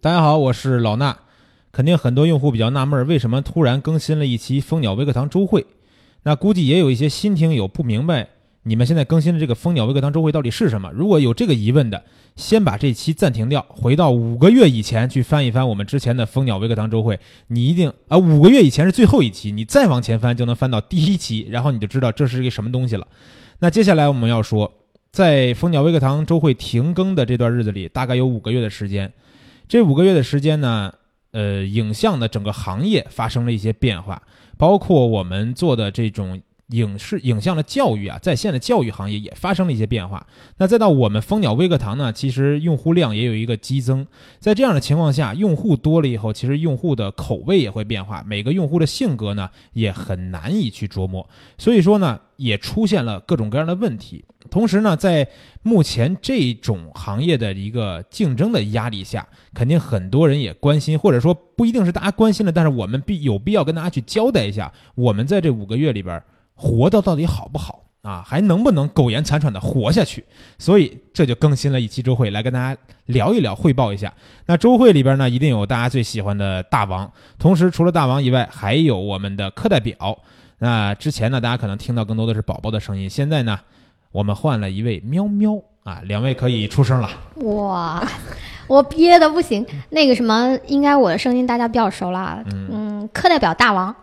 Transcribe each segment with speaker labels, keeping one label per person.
Speaker 1: 大家好，我是老衲。肯定很多用户比较纳闷儿，为什么突然更新了一期蜂鸟微课堂周会？那估计也有一些新听友不明白，你们现在更新的这个蜂鸟微课堂周会到底是什么？如果有这个疑问的，先把这期暂停掉，回到五个月以前去翻一翻我们之前的蜂鸟微课堂周会，你一定啊、五个月以前是最后一期，你再往前翻就能翻到第一期，然后你就知道这是一个什么东西了。那接下来我们要说，在蜂鸟微课堂周会停更的这段日子里，大概有五个月的时间。这五个月的时间呢，呃，影像的整个行业发生了一些变化，包括我们做的这种影视影像的教育啊，在线的教育行业也发生了一些变化。那再到我们蜂鸟微课堂呢，其实用户量也有一个激增。在这样的情况下，用户多了以后，其实用户的口味也会变化，每个用户的性格呢也很难以去琢磨。所以说呢，也出现了各种各样的问题。同时呢，在目前这种行业的一个竞争的压力下，肯定很多人也关心，或者说不一定是大家关心的，但是我们必有必要跟大家去交代一下，我们在这五个月里边儿活的到底好不好啊，还能不能苟延残喘的活下去？所以这就更新了一期周会，来跟大家聊一聊，汇报一下。那周会里边呢，一定有大家最喜欢的大王，同时除了大王以外，还有我们的课代表。那之前呢，大家可能听到更多的是宝宝的声音，现在呢，我们换了一位喵喵啊，两位可以出声了。
Speaker 2: 哇，我憋的不行。那个什么，应该我的声音大家比较熟啦。嗯，课代表大王。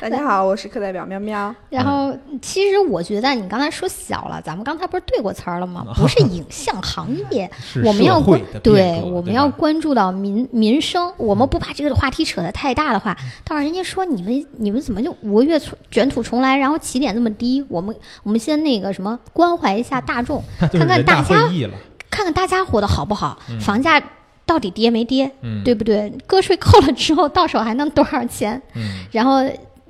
Speaker 3: 大家好，我是课代表喵喵。
Speaker 2: 然后，
Speaker 1: 嗯
Speaker 2: 其实我觉得你刚才说小了，咱们刚才不是对过词儿 了吗？不是影像行业，
Speaker 1: 是
Speaker 2: 我们要
Speaker 1: 社会
Speaker 2: 关
Speaker 1: 的变
Speaker 2: 对，
Speaker 1: 革
Speaker 2: 我们
Speaker 1: 对
Speaker 2: 要
Speaker 1: 吧嗯
Speaker 2: 关注到民民生。我们不把这个话题扯得太大的话，到时候人家说你们你们怎么就五个月重卷土重来，然后起点这么低？我们我们先那个什么关怀一下大众，
Speaker 1: 就是
Speaker 2: 看看
Speaker 1: 人大
Speaker 2: 大家
Speaker 1: 会议了，
Speaker 2: 看看大家活得好不好，
Speaker 1: 嗯
Speaker 2: 房价到底跌没跌，
Speaker 1: 嗯，
Speaker 2: 对不对？个税扣了之后，到手还能多少钱？
Speaker 1: 嗯，
Speaker 2: 然后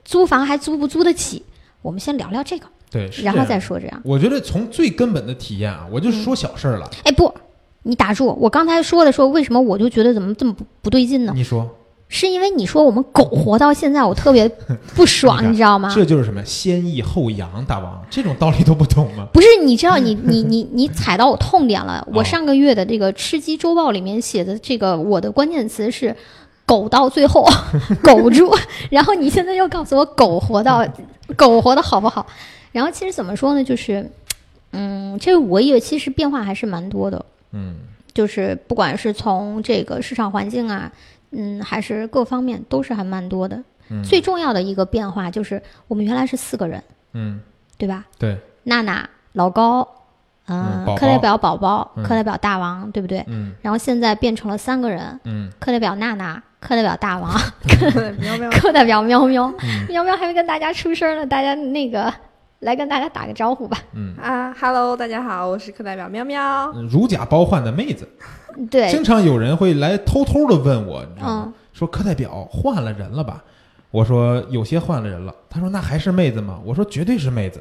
Speaker 2: 租房还租不租得起？我们先聊聊这个，
Speaker 1: 对，是啊
Speaker 2: 然
Speaker 1: 这
Speaker 2: 后
Speaker 1: 样
Speaker 2: 再。嗯说这样。
Speaker 1: 我觉得从最根本的体验啊，我就说小事儿了。
Speaker 2: 哎，不，你打住！我刚才说的说，为什么我就觉得怎么这么不不对劲呢？
Speaker 1: 你说
Speaker 2: 是因为你说我们狗活到现在，我特别不
Speaker 1: 你
Speaker 2: 爽，
Speaker 1: 看
Speaker 2: 你知道吗？
Speaker 1: 这 就是什啊么先抑后扬，大王这种道理都不懂吗？
Speaker 2: 不是，你知 道你你你你踩到我痛点了。
Speaker 1: 哦
Speaker 2: 我上个月的这个吃鸡周报里面写的这个我的关键词是“狗到最后 苟住”，然后你现在又告诉我“狗活到狗活的好不好”，然后其实怎么说呢，就是嗯，这五个月其实变化还是蛮多的。
Speaker 1: 嗯，
Speaker 2: 就是不管是从这个市场环境啊，嗯，还是各方面都是还蛮多的。
Speaker 1: 嗯
Speaker 2: 最重要的一个变化就是我们原来是四个人，
Speaker 1: 嗯，
Speaker 2: 对吧？
Speaker 1: 对，
Speaker 2: 娜娜、老高，
Speaker 1: 嗯
Speaker 2: 嗯，
Speaker 1: 宝宝
Speaker 2: 课代表宝宝、
Speaker 1: 嗯
Speaker 2: 课代表大王，对不对？
Speaker 1: 嗯
Speaker 2: 然后现在变成了三个人，
Speaker 1: 嗯，
Speaker 2: 课代表娜娜、课代表大王、
Speaker 3: 喵 喵，
Speaker 2: 课代表喵喵。
Speaker 1: 嗯
Speaker 2: 喵喵还没跟大家出声呢，大家那个来跟大家打个招呼吧。
Speaker 1: 嗯，
Speaker 3: 啊哈喽，大家好，我是课代表喵喵。
Speaker 1: 嗯如假包换的妹子，
Speaker 2: 对，
Speaker 1: 经常有人会来偷偷的问我，你知道吗？
Speaker 2: 嗯
Speaker 1: 说课代表换了人了吧？我说有些换了人了。他说那还是妹子吗？我说绝对是妹子。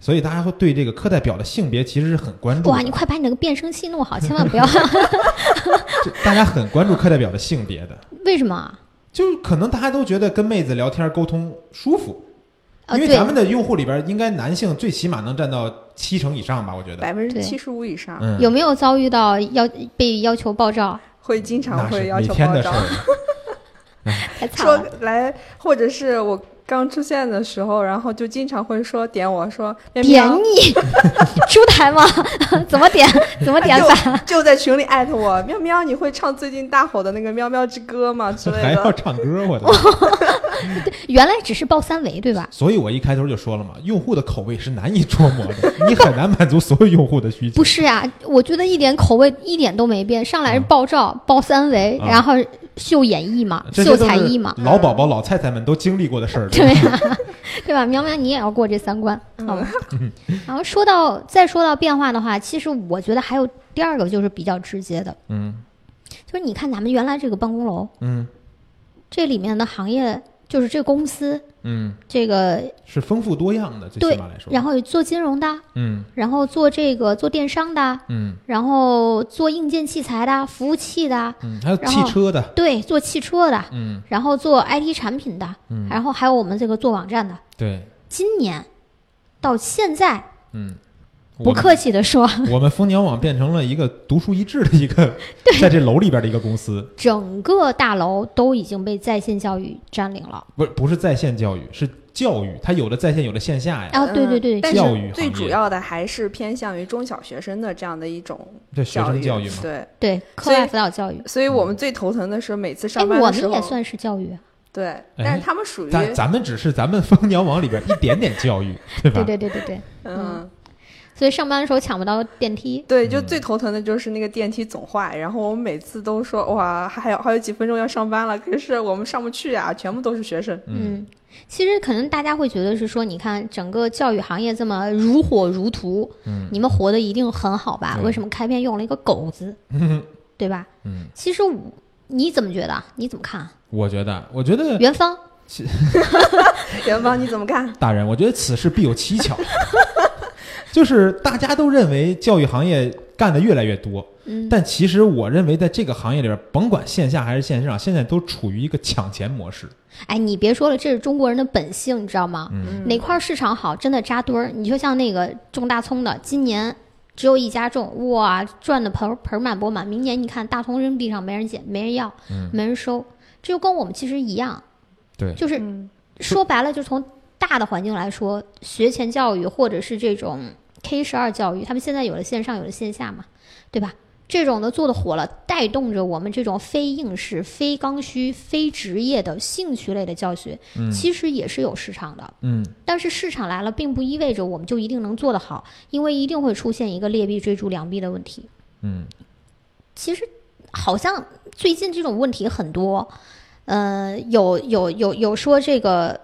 Speaker 1: 所以大家会对这个课代表的性别其实是很关注的。
Speaker 2: 哇，你快把你那个变声器弄好，千 万不要。
Speaker 1: 这大家很关注课代表的性别的，
Speaker 2: 为什么啊？
Speaker 1: 就可能大家都觉得跟妹子聊天沟通舒服，
Speaker 2: 呃
Speaker 1: 因为
Speaker 2: 对
Speaker 1: 咱们的用户里边应该男性最起码能占到七成以上吧，我觉得。
Speaker 3: 百分之
Speaker 2: 对
Speaker 3: 七十五以上
Speaker 1: 嗯，
Speaker 2: 有没有遭遇到要被要求爆照？
Speaker 3: 会经
Speaker 1: 那
Speaker 3: 常
Speaker 1: 是
Speaker 3: 会要
Speaker 1: 每
Speaker 3: 求
Speaker 1: 天
Speaker 3: 报
Speaker 1: 的事
Speaker 3: 照，
Speaker 1: 儿。
Speaker 2: 太惨
Speaker 3: 说
Speaker 2: 了。
Speaker 3: 来，或者是我刚出现的时候，然后就经常会说点我说喵
Speaker 2: 点
Speaker 3: 喵，哎
Speaker 2: 你 出台吗？怎么点？怎么点法？
Speaker 3: 就就在群里艾特我喵喵，你会唱最近大火的那个《喵喵之歌》吗？之
Speaker 1: 还
Speaker 3: 类
Speaker 1: 要
Speaker 3: 的。
Speaker 1: 唱歌，我的。
Speaker 2: 原来只是报三维，对吧？
Speaker 1: 所以我一开头就说了嘛，用户的口味是难以捉摸 的，你很难满足所有用户的需求。
Speaker 2: 不是啊，我觉得一点口味一点都没变，上
Speaker 1: 嗯
Speaker 2: 来是爆照、爆三维，
Speaker 1: 啊
Speaker 2: 然后秀演绎嘛，
Speaker 1: 这
Speaker 2: 秀
Speaker 1: 些都
Speaker 2: 才
Speaker 1: 是嗯
Speaker 2: 艺嘛，
Speaker 1: 老宝宝、老菜菜们都经历过的事儿。
Speaker 2: 对吧？对吧？苗苗，你也要过这三关，好吗？然后说到再说到变化的话，其实我觉得还有第二个就是比较直接的，
Speaker 1: 嗯
Speaker 2: 就是你看咱们原来这个办公楼，
Speaker 1: 嗯
Speaker 2: 这里面的行业就是这公司
Speaker 1: 嗯，
Speaker 2: 这个
Speaker 1: 是丰富多样的，最
Speaker 2: 对
Speaker 1: 起码来，说。
Speaker 2: 然后有做金融的，
Speaker 1: 嗯
Speaker 2: 然后做这个做电商的，
Speaker 1: 嗯
Speaker 2: 然后做硬件器材的、服务器的，
Speaker 1: 嗯，还有
Speaker 2: 然
Speaker 1: 汽
Speaker 2: 后
Speaker 1: 车的，
Speaker 2: 对，做汽车的，
Speaker 1: 嗯
Speaker 2: 然后做 IT 产品的，
Speaker 1: 嗯，
Speaker 2: 然后还有我们这个做网站的。
Speaker 1: 对，
Speaker 2: 今年到现在，
Speaker 1: 嗯
Speaker 2: 不客气的说，
Speaker 1: 我们我们蜂鸟网变成了一个独树一帜的一 个，在这楼里边的一个公司，
Speaker 2: 整个大楼都已经被在线教育占领了。
Speaker 1: 不是不是在线教育，是教育，它有的在线，有的线下呀。
Speaker 2: 啊，对对对，
Speaker 3: 嗯但
Speaker 1: 教育行
Speaker 3: 是
Speaker 1: 业
Speaker 3: 最主要的还是偏向于中小学生的这样的一种
Speaker 1: 对学生教育嘛，
Speaker 3: 对，
Speaker 2: 对课
Speaker 3: 所以
Speaker 2: 外辅导教育，
Speaker 3: 所以我们最头疼的是每
Speaker 2: 哎，
Speaker 3: 次上班
Speaker 2: 我
Speaker 3: 的时
Speaker 2: 们
Speaker 3: 候，
Speaker 2: 也算是教育啊，
Speaker 3: 对，但是他们属于
Speaker 1: 哎咱咱们只是咱们蜂鸟网里边一点点教育，对吧？
Speaker 2: 对对对对对，
Speaker 3: 嗯，
Speaker 2: 所以上班的时候抢不到电梯，
Speaker 3: 对，
Speaker 1: 嗯
Speaker 3: 就最头疼的就是那个电梯总坏，然后我们每次都说哇，还有还有几分钟要上班了，可是我们上不去啊，全部都是学生。
Speaker 1: 嗯
Speaker 2: 嗯，其实可能大家会觉得是说，你看整个教育行业这么如火如荼，
Speaker 1: 嗯
Speaker 2: 你们活得一定很好吧？
Speaker 1: 对
Speaker 2: 为什么开篇用了一个“狗” 字，对吧？
Speaker 1: 嗯，
Speaker 2: 其实我你怎么觉得？你怎么看？
Speaker 1: 我觉得，我觉得
Speaker 2: 元芳，
Speaker 3: 元芳你怎么看？
Speaker 1: 大人，我觉得此事必有蹊跷， 就是大家都认为教育行业干的越来越多，
Speaker 2: 嗯，
Speaker 1: 但其实我认为在这个行业里边，甭管线下还是线上，现在都处于一个抢钱模式。
Speaker 2: 哎，你别说了，这是中国人的本性，你知道吗？
Speaker 1: 嗯
Speaker 2: 哪块市场好，真的扎堆儿。你就像那个种大葱的，今年只有一家种，哇，赚的盆盆满钵满。明年你看大葱扔地上没人捡，没人要，
Speaker 1: 嗯
Speaker 2: 没人收，这就跟我们其实一样，
Speaker 1: 对
Speaker 2: 就是
Speaker 3: 嗯
Speaker 2: 说白了，就从大的环境来说，学前教育或者是这种 K 十二教育，他们现在有了线上，有了线下嘛，对吧？这种的做的火了，带动着我们这种非应试、非刚需、非职业的兴趣类的教学，
Speaker 1: 嗯
Speaker 2: 其实也是有市场的。
Speaker 1: 嗯，
Speaker 2: 但是市场来了，并不意味着我们就一定能做得好，因为一定会出现一个劣币追逐良币的问题。
Speaker 1: 嗯，
Speaker 2: 其实好像最近这种问题很多，呃，有有有有说这个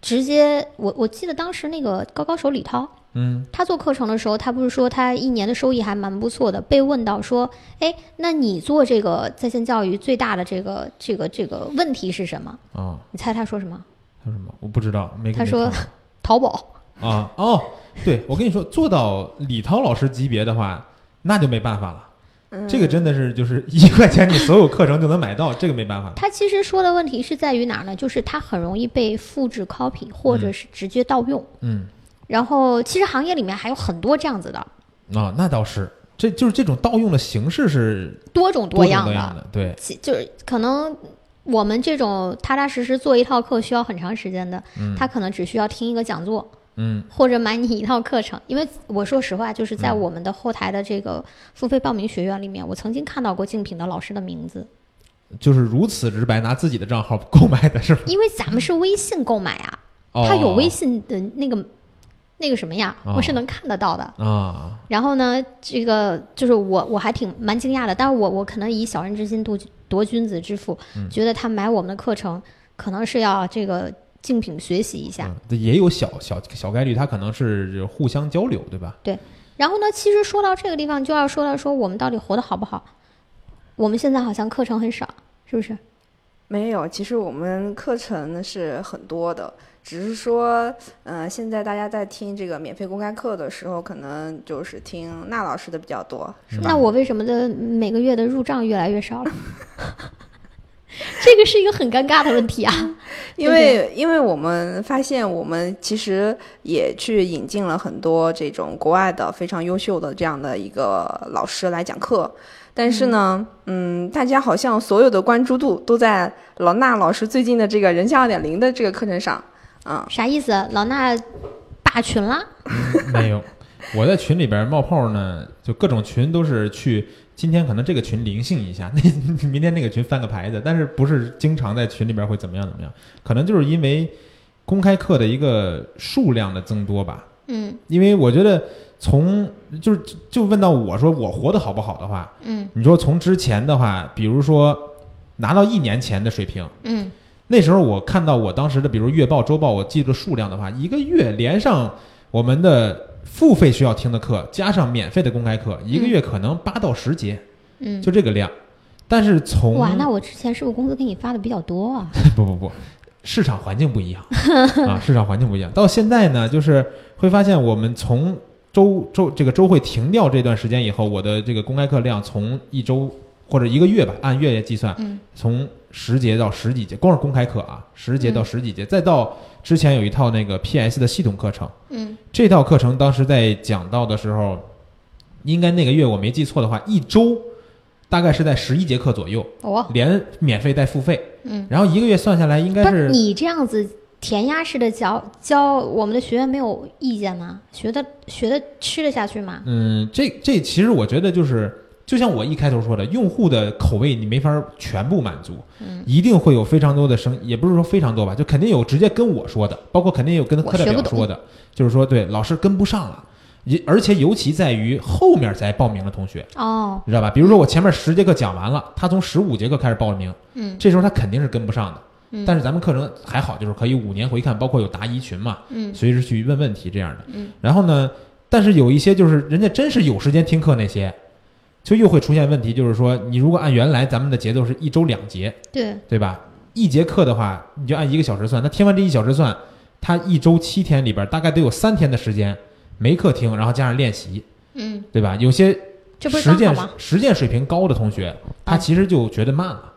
Speaker 2: 直接，我我记得当时那个高高手李涛，
Speaker 1: 嗯，
Speaker 2: 他做课程的时候，他不是说他一年的收益还蛮不错的，被问到说，哎，那你做这个在线教育最大的这个这个这个问题是什么？
Speaker 1: 啊、
Speaker 2: 你猜他说什么？
Speaker 1: 他说什么？我不知道，没跟
Speaker 2: 他
Speaker 1: 没
Speaker 2: 说
Speaker 1: 看过
Speaker 2: 淘宝。
Speaker 1: 啊哦，对我跟你说，做到李涛老师级别的话，那就没办法了。
Speaker 3: 嗯，
Speaker 1: 这个真的是就是一块钱，你所有课程就能买到，这个没办法 了。
Speaker 2: 他其实说的问题是在于哪儿呢？就是他很容易被复制 copy 或者是直接盗用。
Speaker 1: 嗯，
Speaker 2: 然后其实行业里面还有很多这样子的，
Speaker 1: 啊、那倒是，这就是这种盗用的形式是
Speaker 2: 多种
Speaker 1: 多种
Speaker 2: 样
Speaker 1: 多
Speaker 2: 的，
Speaker 1: 样的，对，
Speaker 2: 其就是可能。我们这种踏踏实实做一套课需要很长时间的，
Speaker 1: 嗯
Speaker 2: 他可能只需要听一个讲座
Speaker 1: 嗯
Speaker 2: 或者买你一套课程。因为我说实话，就是在
Speaker 1: 嗯
Speaker 2: 我们的后台的这个付费报名学院里面，我曾经看到过竞品的老师的名字，
Speaker 1: 就是如此直白，拿自己的账号购买的 是吧？
Speaker 2: 因为咱
Speaker 1: 嗯
Speaker 2: 们是微信购买啊，
Speaker 1: 哦、
Speaker 2: 它有微信的那个那个什么呀，
Speaker 1: 哦
Speaker 2: 我是能看得到的。
Speaker 1: 啊，
Speaker 2: 然后呢，这个就是我我还挺蛮惊讶的，但是我我可能以小人之心度夺君子之腹，
Speaker 1: 嗯
Speaker 2: 觉得他买我们的课程可能是要这个竞品学习一下。
Speaker 1: 嗯这也有小小小概率，它可能是互相交流，对吧？
Speaker 2: 然后呢，其实说到这个地方，就要说到说我们到底活得好不好。我们现在好像课程很少，是不是？
Speaker 3: 没有，其实我们课程是很多的，只是说，呃，现在大家在听这个免费公开课的时候，可能就是听那老师的比较多，
Speaker 1: 嗯
Speaker 3: 是吧？
Speaker 2: 那我为什么的每个月的入账越来越少了？ 这个是一个很尴尬的问题啊。
Speaker 3: 因为因为我们发现，我们其实也去引进了很多这种国外的非常优秀的这样的一个老师来讲课，但是呢，嗯，大家好像所有的关注度都在老衲老师最近的这个人性二点零的这个课程上，嗯，
Speaker 2: 啥意思？老衲霸群啦？
Speaker 1: 没有，我在群里边冒泡呢，就各种群都是去，今天可能这个群灵性一下，那明天那个群翻个牌子，但是不是经常在群里边会怎么样怎么样？可能就是因为公开课的一个数量的增多吧，
Speaker 2: 嗯
Speaker 1: 因为我觉得从就是就问到我说我活得好不好的话，
Speaker 2: 嗯
Speaker 1: 你说从之前的话，比如说拿到一年前的水平。
Speaker 2: 嗯，
Speaker 1: 那时候我看到我当时的，比如月报、周报，我记住数量的话，一个月连上我们的付费学校听的课，加上免费的公开课，一个月可能八到十节，
Speaker 2: 嗯
Speaker 1: 就这个量。但是从
Speaker 2: 哇，那我之前是不是工资给你发的比较多啊？
Speaker 1: 不不不，市场环境不一样啊，市场环境不一样。到现在呢，就是会发现我们从周周这个周会停掉这段时间以后，我的这个公开课量从一周或者一个月吧，按月计算，
Speaker 2: 嗯
Speaker 1: 从十节到十几节，光是公开课啊，十节到
Speaker 2: 嗯
Speaker 1: 十几节，再到之前有一套那个 PS 的系统课程，
Speaker 2: 嗯
Speaker 1: 这套课程当时在讲到的时候，应该那个月我没记错的话，一周大概是在十一节课左右，
Speaker 2: 哦
Speaker 1: 连免费带付费，
Speaker 2: 嗯，
Speaker 1: 然后一个月算下来应该
Speaker 2: 不
Speaker 1: 是
Speaker 2: 你这样子填鸭式的教教我们的学员没有意见吗？学的学的吃得下去吗？
Speaker 1: 嗯，这这其实我觉得就是，就像我一开头说的，用户的口味你没法全部满足，
Speaker 2: 嗯
Speaker 1: 一定会有非常多的声，也不是说非常多吧，就肯定有直接跟我说的，包括肯定有跟
Speaker 2: 我
Speaker 1: 课代
Speaker 2: 学不
Speaker 1: 表
Speaker 2: 懂
Speaker 1: 说的，就是说对老师跟不上了，也而且尤其在于后面才报名的同学，
Speaker 2: 哦
Speaker 1: 你知道吧？比如说我前面十节课讲完了，他从十五节课开始报名，
Speaker 2: 嗯
Speaker 1: 这时候他肯定是跟不上的。
Speaker 2: 嗯
Speaker 1: 但是咱们课程还好，就是可以五年回看，包括有答疑群嘛，
Speaker 2: 嗯
Speaker 1: 随时去问问题这样的。
Speaker 2: 嗯
Speaker 1: 然后呢，但是有一些就是人家真是有时间听课那些，就又会出现问题，就是说你如果按原来咱们的节奏是一周两节，
Speaker 2: 对
Speaker 1: 对吧？一节课的话，你就按一个小时算，他听完这一小时算，他一周七天里边大概得有三天的时间没课听，然后加上练习，
Speaker 2: 嗯
Speaker 1: 对吧？有些
Speaker 2: 这不是
Speaker 1: 实
Speaker 2: 刚好
Speaker 1: 践
Speaker 2: 吗？
Speaker 1: 实践水平高的同学，他
Speaker 2: 啊
Speaker 1: 其实就觉得慢了，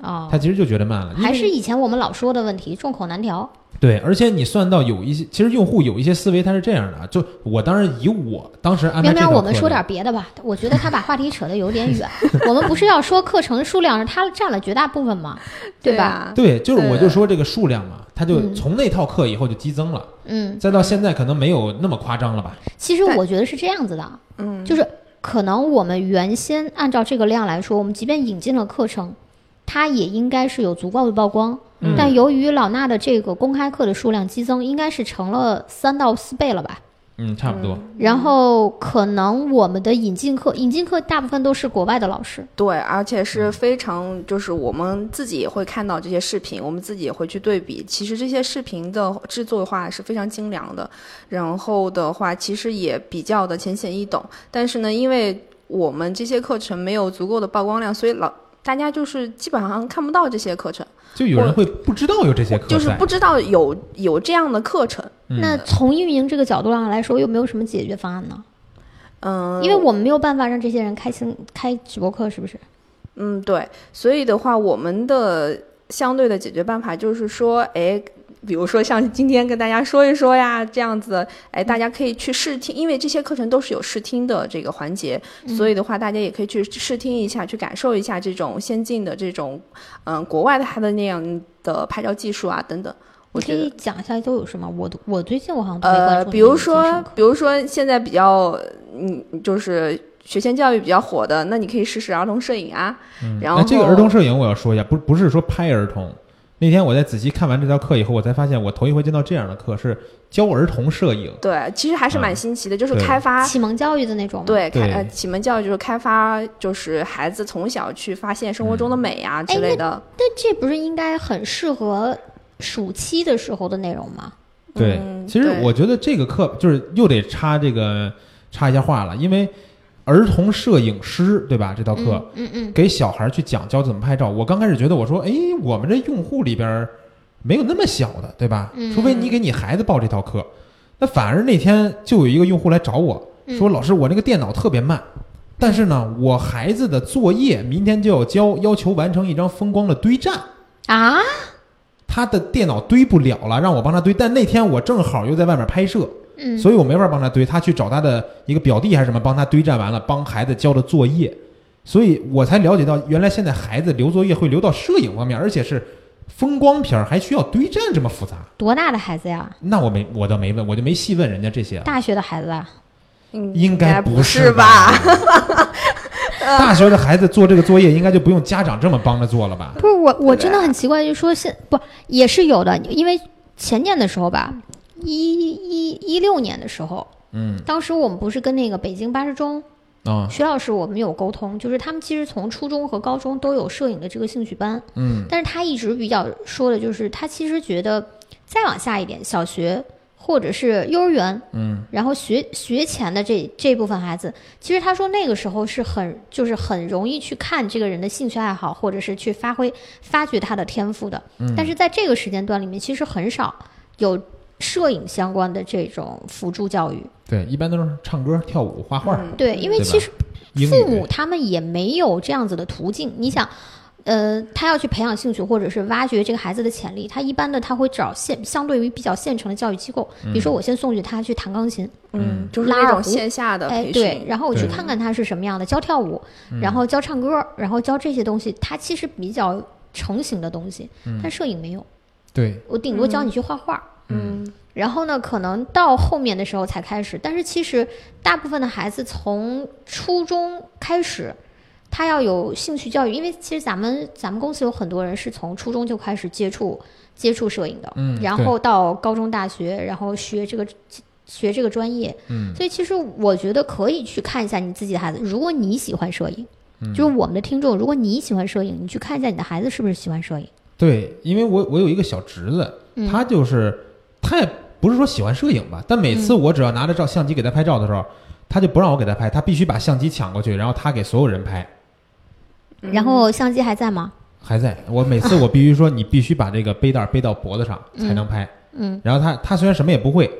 Speaker 2: 哦
Speaker 1: 他其实就觉得慢了，因为
Speaker 2: 还是以前我们老说的问题，众口难调。
Speaker 1: 对，而且你算到有一些，其实用户有一些思维他是这样的啊，就我当然以我当时安排
Speaker 2: 喵
Speaker 1: 啊这
Speaker 2: 喵，
Speaker 1: 套
Speaker 2: 我们
Speaker 1: 课
Speaker 2: 说
Speaker 1: 的
Speaker 2: 点别的吧。我觉得他把话题扯得有点远。 我们不是要说课程数量，是他占了绝大部分嘛，
Speaker 3: 对
Speaker 2: 吧？
Speaker 3: 啊，
Speaker 1: 对，就是
Speaker 3: 对
Speaker 1: 我就说这个数量嘛，它就
Speaker 2: 嗯
Speaker 1: 从那套课以后就激增了，
Speaker 2: 嗯，
Speaker 1: 再到现在可能没有那么夸张了吧？
Speaker 2: 其实
Speaker 3: 对
Speaker 2: 我觉得是这样子的，
Speaker 3: 嗯，
Speaker 2: 就是可能我们原先按照这个量来说，我们即便引进了课程，它也应该是有足够的曝光。
Speaker 1: 嗯
Speaker 2: 但由于老衲的这个公开课的数量激增，应该是成了三到四倍了吧？
Speaker 1: 嗯，差不多。
Speaker 2: 然后可能我们的引进课，引进课大部分都是国外的老师，
Speaker 3: 对，而且是非常，就是我们自己也会看到这些视频，我们自己也会去对比。其实这些视频的制作的话是非常精良的，然后的话其实也比较的浅显易懂。但是呢，因为我们这些课程没有足够的曝光量，所以老大家就是基本上看不到这些课程，
Speaker 1: 就有人会不知道有这些课
Speaker 3: 就是
Speaker 1: 在
Speaker 3: 不知道有有这样的课程。
Speaker 1: 嗯
Speaker 2: 那从运营这个角度上来说，有没有什么解决方案呢？
Speaker 3: 嗯，
Speaker 2: 因为我们没有办法让这些人开新开直播课，是不是？
Speaker 3: 嗯，对，所以的话，我们的相对的解决办法就是说，哎，比如说像今天跟大家说一说呀，这样子，哎，大家可以去试听，因为这些课程都是有试听的这个环节，
Speaker 1: 嗯
Speaker 3: 所以的话，大家也可以去试听一下，去感受一下这种先进的这种，嗯，国外的它的那样的拍照技术啊等等，我
Speaker 2: 你可
Speaker 3: 觉得
Speaker 2: 以。讲一下都有什么？我都我最近我好像
Speaker 1: 嗯
Speaker 2: 都没关注
Speaker 3: 呃，
Speaker 2: 你们
Speaker 3: 比如
Speaker 2: 有些什么
Speaker 3: 说
Speaker 2: 课，
Speaker 3: 比如说现在比较，嗯，就是学前教育比较火的，那你可以试试儿童摄影啊。
Speaker 1: 嗯
Speaker 3: 然后
Speaker 1: 那这个儿童摄影我要说一下，不不是说拍儿童。那天我在仔细看完这道课以后，我才发现我头一回见到这样的课是教儿童摄影。
Speaker 3: 对，其实还是蛮
Speaker 1: 嗯
Speaker 3: 新奇的，就是
Speaker 1: 对
Speaker 3: 开发
Speaker 2: 启蒙教育的那种吗？
Speaker 3: 对，开呃
Speaker 1: 对
Speaker 3: 启蒙教育就是开发，就是孩子从小去发现生活
Speaker 1: 嗯
Speaker 3: 中的美啊
Speaker 2: 哎
Speaker 3: 之类的。
Speaker 2: 但这不是应该很适合暑期的时候的内容吗？
Speaker 1: 对，
Speaker 3: 嗯
Speaker 1: 其实
Speaker 3: 对
Speaker 1: 我觉得这个课就是又得插这个插一下话了，因为儿童摄影师对吧？这道课、
Speaker 2: 嗯嗯
Speaker 1: 给小孩去讲教怎么拍照。我刚开始觉得我说，哎，我们这用户里边儿没有那么小的，对吧？
Speaker 2: 嗯
Speaker 1: 除非你给你孩子报这套课，那反而那天就有一个用户来找我
Speaker 2: 嗯
Speaker 1: 说，老师，我那个电脑特别慢，但是呢，我孩子的作业明天就要交，要求完成一张风光的堆栈。
Speaker 2: 嗯啊，
Speaker 1: 他的电脑堆不了了，让我帮他堆。但那天我正好又在外面拍摄，
Speaker 2: 嗯，
Speaker 1: 所以我没法帮他堆，他去找他的一个表弟还是什么，帮他堆占完了，帮孩子交的作业，所以我才了解到，原来现在孩子留作业会留到摄影方面，而且是风光片儿，还需要堆占这么复杂。
Speaker 2: 多大的孩子呀？
Speaker 1: 那我没，我倒没问，我就没细问人家这些啊。
Speaker 2: 大学的孩子啊？
Speaker 3: 嗯
Speaker 1: 应
Speaker 3: 该
Speaker 1: 该不
Speaker 3: 是
Speaker 1: 吧？？ 大学的孩子做这个作业，应该就不用家长这么帮着做了吧？
Speaker 2: 不是我，我
Speaker 3: 对
Speaker 2: 真的很奇怪，就是说现不也是有的，因为前年的时候吧，一一一六年的时候，
Speaker 1: 嗯
Speaker 2: 当时我们不是跟那个北京八十中
Speaker 1: 啊，
Speaker 2: 徐老师我们有沟通，就是他们其实从初中和高中都有摄影的这个兴趣班，
Speaker 1: 嗯
Speaker 2: 但是他一直比较说的就是他其实觉得再往下一点，小学或者是幼儿园，
Speaker 1: 嗯，
Speaker 2: 然后学学前的这这部分孩子，其实他说那个时候是很就是很容易去看这个人的兴趣爱好，或者是去发挥发掘他的天赋的。
Speaker 1: 嗯
Speaker 2: 但是在这个时间段里面，其实很少有摄影相关的这种辅助教育。
Speaker 1: 对，一般都是唱歌、跳舞、画画、
Speaker 3: 嗯
Speaker 2: 对，因为
Speaker 1: 对吧
Speaker 2: 其实
Speaker 1: 英
Speaker 2: 父
Speaker 1: 语
Speaker 2: 母。他们也没有这样子的途径。你想，呃，他要去培养兴趣或者是挖掘这个孩子的潜力，他一般的他会找现相对于比较现成的教育机构，比如说我先送去他去弹钢琴，
Speaker 1: 嗯
Speaker 3: 嗯，就是
Speaker 2: 拉
Speaker 3: 那
Speaker 2: 二
Speaker 3: 种
Speaker 2: 胡
Speaker 3: 线下的
Speaker 2: 哎
Speaker 3: 嗯培
Speaker 2: 对，
Speaker 3: 训，
Speaker 2: 然后我去
Speaker 1: 对
Speaker 2: 看看他是什么样的，教跳舞，
Speaker 1: 嗯
Speaker 2: 然后教唱歌，然后教这些东西，他其实比较成型的东西，
Speaker 1: 嗯
Speaker 2: 但摄影没有，
Speaker 1: 对，
Speaker 2: 我顶多教你去画画。
Speaker 3: 嗯
Speaker 2: 然后呢，可能到后面的时候才开始，但是其实大部分的孩子从初中开始，他要有兴趣教育，因为其实咱们咱们公司有很多人是从初中就开始接触接触摄影的，
Speaker 1: 嗯
Speaker 2: 然后到高中、大学，然后学这个学这个专业，
Speaker 1: 嗯
Speaker 2: 所以其实我觉得可以去看一下你自己的孩子，如果你喜欢摄影，就是我们的听众，如果你喜欢摄影，你去看一下你的孩子是不是喜欢摄影，
Speaker 1: 对，因为我我有一个小侄子，
Speaker 2: 嗯
Speaker 1: 他就是他也不是说喜欢摄影吧，但每
Speaker 2: 嗯
Speaker 1: 次我只要拿着照相机给他拍照的时候，他就不让我给他拍，他必须把相机抢过去，然后他给所有人拍。
Speaker 2: 然后相机还在吗？
Speaker 1: 还在我每次我必须说，你必须把这个背带背到脖子上才能拍。
Speaker 2: 嗯
Speaker 1: 然后他他虽然什么也不会，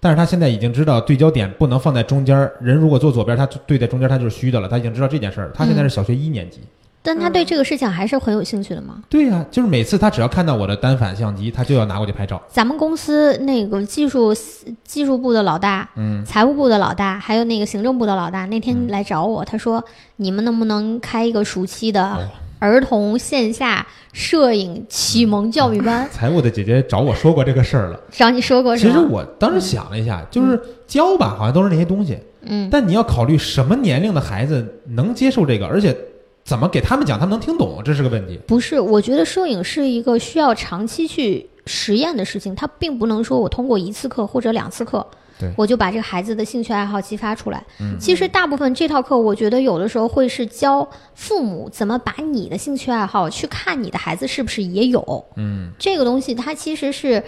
Speaker 1: 但是他现在已经知道对焦点不能放在中间儿。人如果坐左边，他对在中间，他就是虚的了。他已经知道这件事儿了。他现在
Speaker 2: 嗯
Speaker 1: 是小学一年级。
Speaker 2: 但他
Speaker 1: 嗯
Speaker 2: 对这个事情还是很有兴趣的嘛。
Speaker 1: 对呀、就是每次他只要看到我的单反相机，他就要拿过去拍照。
Speaker 2: 咱们公司那个技术技术部的老大，
Speaker 1: 嗯，
Speaker 2: 财务部的老大，还有那个行政部的老大，那天来找我，他说你们能不能开一个暑期的
Speaker 1: 哦
Speaker 2: 儿童线下摄影启蒙教育班？
Speaker 1: 财务的姐姐找我说过这个事儿了。
Speaker 2: 找你说过
Speaker 1: 嗯
Speaker 2: 是嗯
Speaker 1: 其实
Speaker 2: 吗？
Speaker 1: 我当时想了一下，就是教吧，好像都是那些东西，
Speaker 2: 嗯，
Speaker 1: 但你要考虑什么年龄的孩子能接受这个，而且怎么给他们讲，他们能听懂，这是个问题。
Speaker 2: 不是，我觉得摄影是一个需要长期去实验的事情，它并不能说我通过一次课或者两次课
Speaker 1: 对，嗯
Speaker 2: 我就把这个孩子的兴趣爱好激发出来。其
Speaker 3: 嗯
Speaker 2: 实大部分这套课，我觉得有的时候会是教父母怎么把你的兴趣爱好去看你的孩子是不是也有。
Speaker 1: 嗯，
Speaker 2: 这个东西它其实是。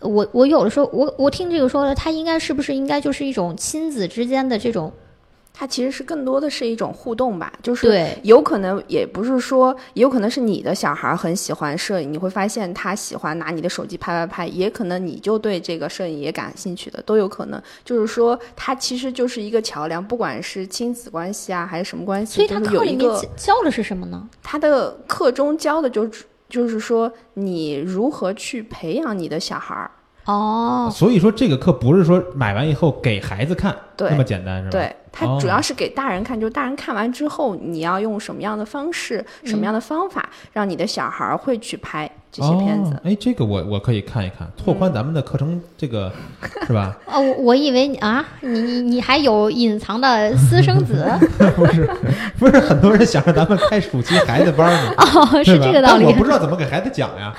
Speaker 2: 我我有的时候，我我听这个说了，它应该是不是应该就是一种亲子之间的这种
Speaker 3: 它其实是更多的是一种互动吧，就是
Speaker 2: 对
Speaker 3: 有可能也不是说，也有可能是你的小孩很喜欢摄影，你会发现他喜欢拿你的手机拍拍拍，也可能你就对这个摄影也感兴趣的，都有可能。就是说，它其实就是一个桥梁，不管是亲子关系啊，还是什么关系，
Speaker 2: 所以他
Speaker 3: 就是有
Speaker 2: 课
Speaker 3: 一
Speaker 2: 里面
Speaker 3: 个
Speaker 2: 教教的是什么呢？
Speaker 3: 他的课中教的就就是说你如何去培养你的小孩儿，
Speaker 2: 哦，
Speaker 1: 所以说这个课不是说买完以后给孩子看
Speaker 3: 对
Speaker 1: 那么简单，是吧？，
Speaker 3: 对，它
Speaker 1: 哦
Speaker 3: 主要是给大人看，就是大人看完之后，你要用什么样的方式、什么样的方法，让你的小孩儿会去拍这些片子
Speaker 1: 哦。。哎，这个我我可以看一看，拓
Speaker 2: 嗯
Speaker 1: 宽咱们的课程，这个、是吧？
Speaker 2: 哦，我我以为你啊，你你你还有隐藏的私生 子
Speaker 1: 不是不是，很多人想让咱们开暑期孩子班儿呢，
Speaker 2: 哦， 是
Speaker 1: 对吧
Speaker 2: 这个道
Speaker 1: 但
Speaker 2: 理
Speaker 1: 我。不知道怎么给孩子讲呀，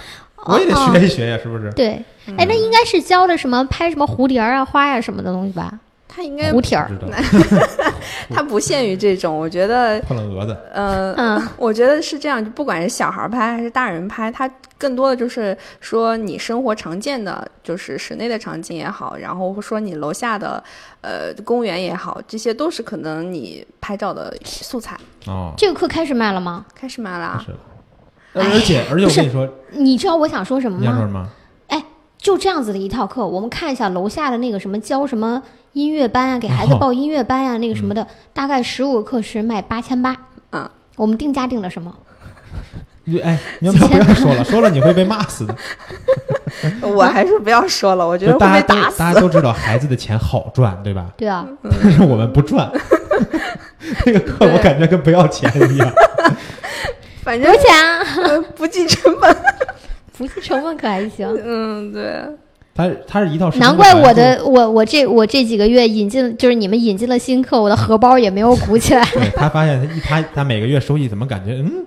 Speaker 1: 我也得
Speaker 2: 哦
Speaker 1: 学一学呀，是不是？
Speaker 2: 对，
Speaker 1: 嗯
Speaker 2: 哎，那应该是教的什么拍什么蝴蝶儿啊、花呀、什么的东西吧？
Speaker 3: 它应
Speaker 1: 哦
Speaker 3: 该
Speaker 2: 蝴蝶儿
Speaker 1: 不，知道，
Speaker 3: 它不限于这种，我觉得，
Speaker 1: 碰了蛾子，
Speaker 3: 呃，
Speaker 2: 嗯，
Speaker 3: 我觉得是这样，就不管是小孩儿拍还是大人拍，它更多的就是说你生活常见的，就是室内的场景也好，然后说你楼下的呃公园也好，这些都是可能你拍照的素材。
Speaker 1: 哦，
Speaker 2: 这个课开始卖了吗？
Speaker 3: 开始买了 啊，
Speaker 1: 是的。呃而且而且
Speaker 2: 不
Speaker 1: 我
Speaker 2: 是
Speaker 1: 跟你说，
Speaker 2: 你知道我想说什么
Speaker 1: 你想说什
Speaker 2: 吗？
Speaker 1: 么？
Speaker 2: 就这样子的一套课，我们看一下楼下的那个什么教什么音乐班啊，给孩子
Speaker 1: 哦嗯
Speaker 2: 报音乐班啊，那个什么的，大概十五个课时卖八千八。
Speaker 1: 啊
Speaker 3: 嗯，
Speaker 2: 我们定价定了什么？
Speaker 1: 你哎，你要不要不要说了？说了你会被骂死的。
Speaker 3: 我还是不要说了，我觉
Speaker 1: 就
Speaker 3: 得
Speaker 1: 大
Speaker 3: 会被
Speaker 1: 家都
Speaker 3: 打死。
Speaker 1: 大家都知道孩子的钱好赚，对吧？
Speaker 2: 对啊，
Speaker 1: 但是我们不赚。 那个课我
Speaker 3: 对
Speaker 1: 感觉跟不要钱一样。
Speaker 3: 反
Speaker 2: 多
Speaker 3: 正
Speaker 2: 少钱啊？
Speaker 3: 呃不计成本。
Speaker 2: 不计成本可还行？
Speaker 3: 嗯，对，
Speaker 1: 它它是一套视频
Speaker 2: 难怪
Speaker 1: 课
Speaker 2: 我的我我这我这几个月引进就是你们引进了新课，我的荷包也没有鼓起 来。
Speaker 1: 对他发现他一他他每个月收益怎么感觉嗯，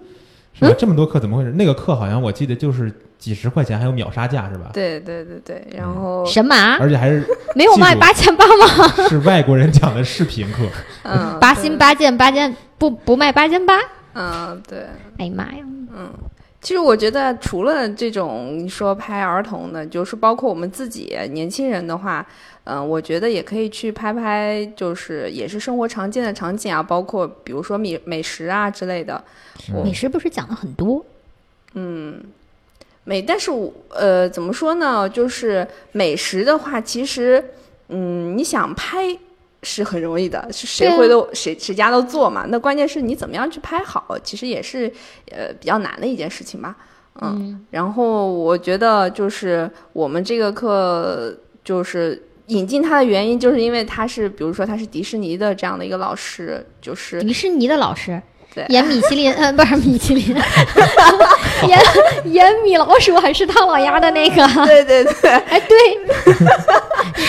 Speaker 1: 是吧？这么多课怎么回事？那个课好像我记得就是几十块钱，还有秒杀价是吧？
Speaker 3: 对对对对，然 后
Speaker 2: 神马
Speaker 1: 而且还是
Speaker 2: 啊没有卖
Speaker 1: 记住
Speaker 2: 八千八吗？
Speaker 1: 是外国人讲的视频课，
Speaker 3: 嗯，
Speaker 2: 八星八件八件不不卖八千八？
Speaker 3: 嗯对。
Speaker 2: 哎呀妈呀！
Speaker 3: 嗯其实我觉得，除了这种你说拍儿童的，就是包括我们自己年轻人的话，嗯、我觉得也可以去拍拍，就是也是生活常见的场景啊，包括比如说美美食啊之类的。我
Speaker 2: 美食不是讲了很多？
Speaker 3: 美，但是我呃，怎么说呢？就是美食的话，其实，嗯，你想拍是很容易的，是
Speaker 2: 对
Speaker 3: 谁
Speaker 2: 啊
Speaker 3: 会都、谁谁家都做嘛。那关键是你怎么样去拍好，其实也是呃比较难的一件事情吧。
Speaker 2: 嗯
Speaker 3: 然后我觉得就是我们这个课就是引进他的原因，就是因为他是比如说他是迪士尼的这样的一个老师， 就是
Speaker 2: 迪士尼的老师
Speaker 3: 对
Speaker 2: 演米其林，嗯，不是米其林， 演演米老鼠还是唐老鸭的那个？
Speaker 3: 对对对
Speaker 2: 哎，对，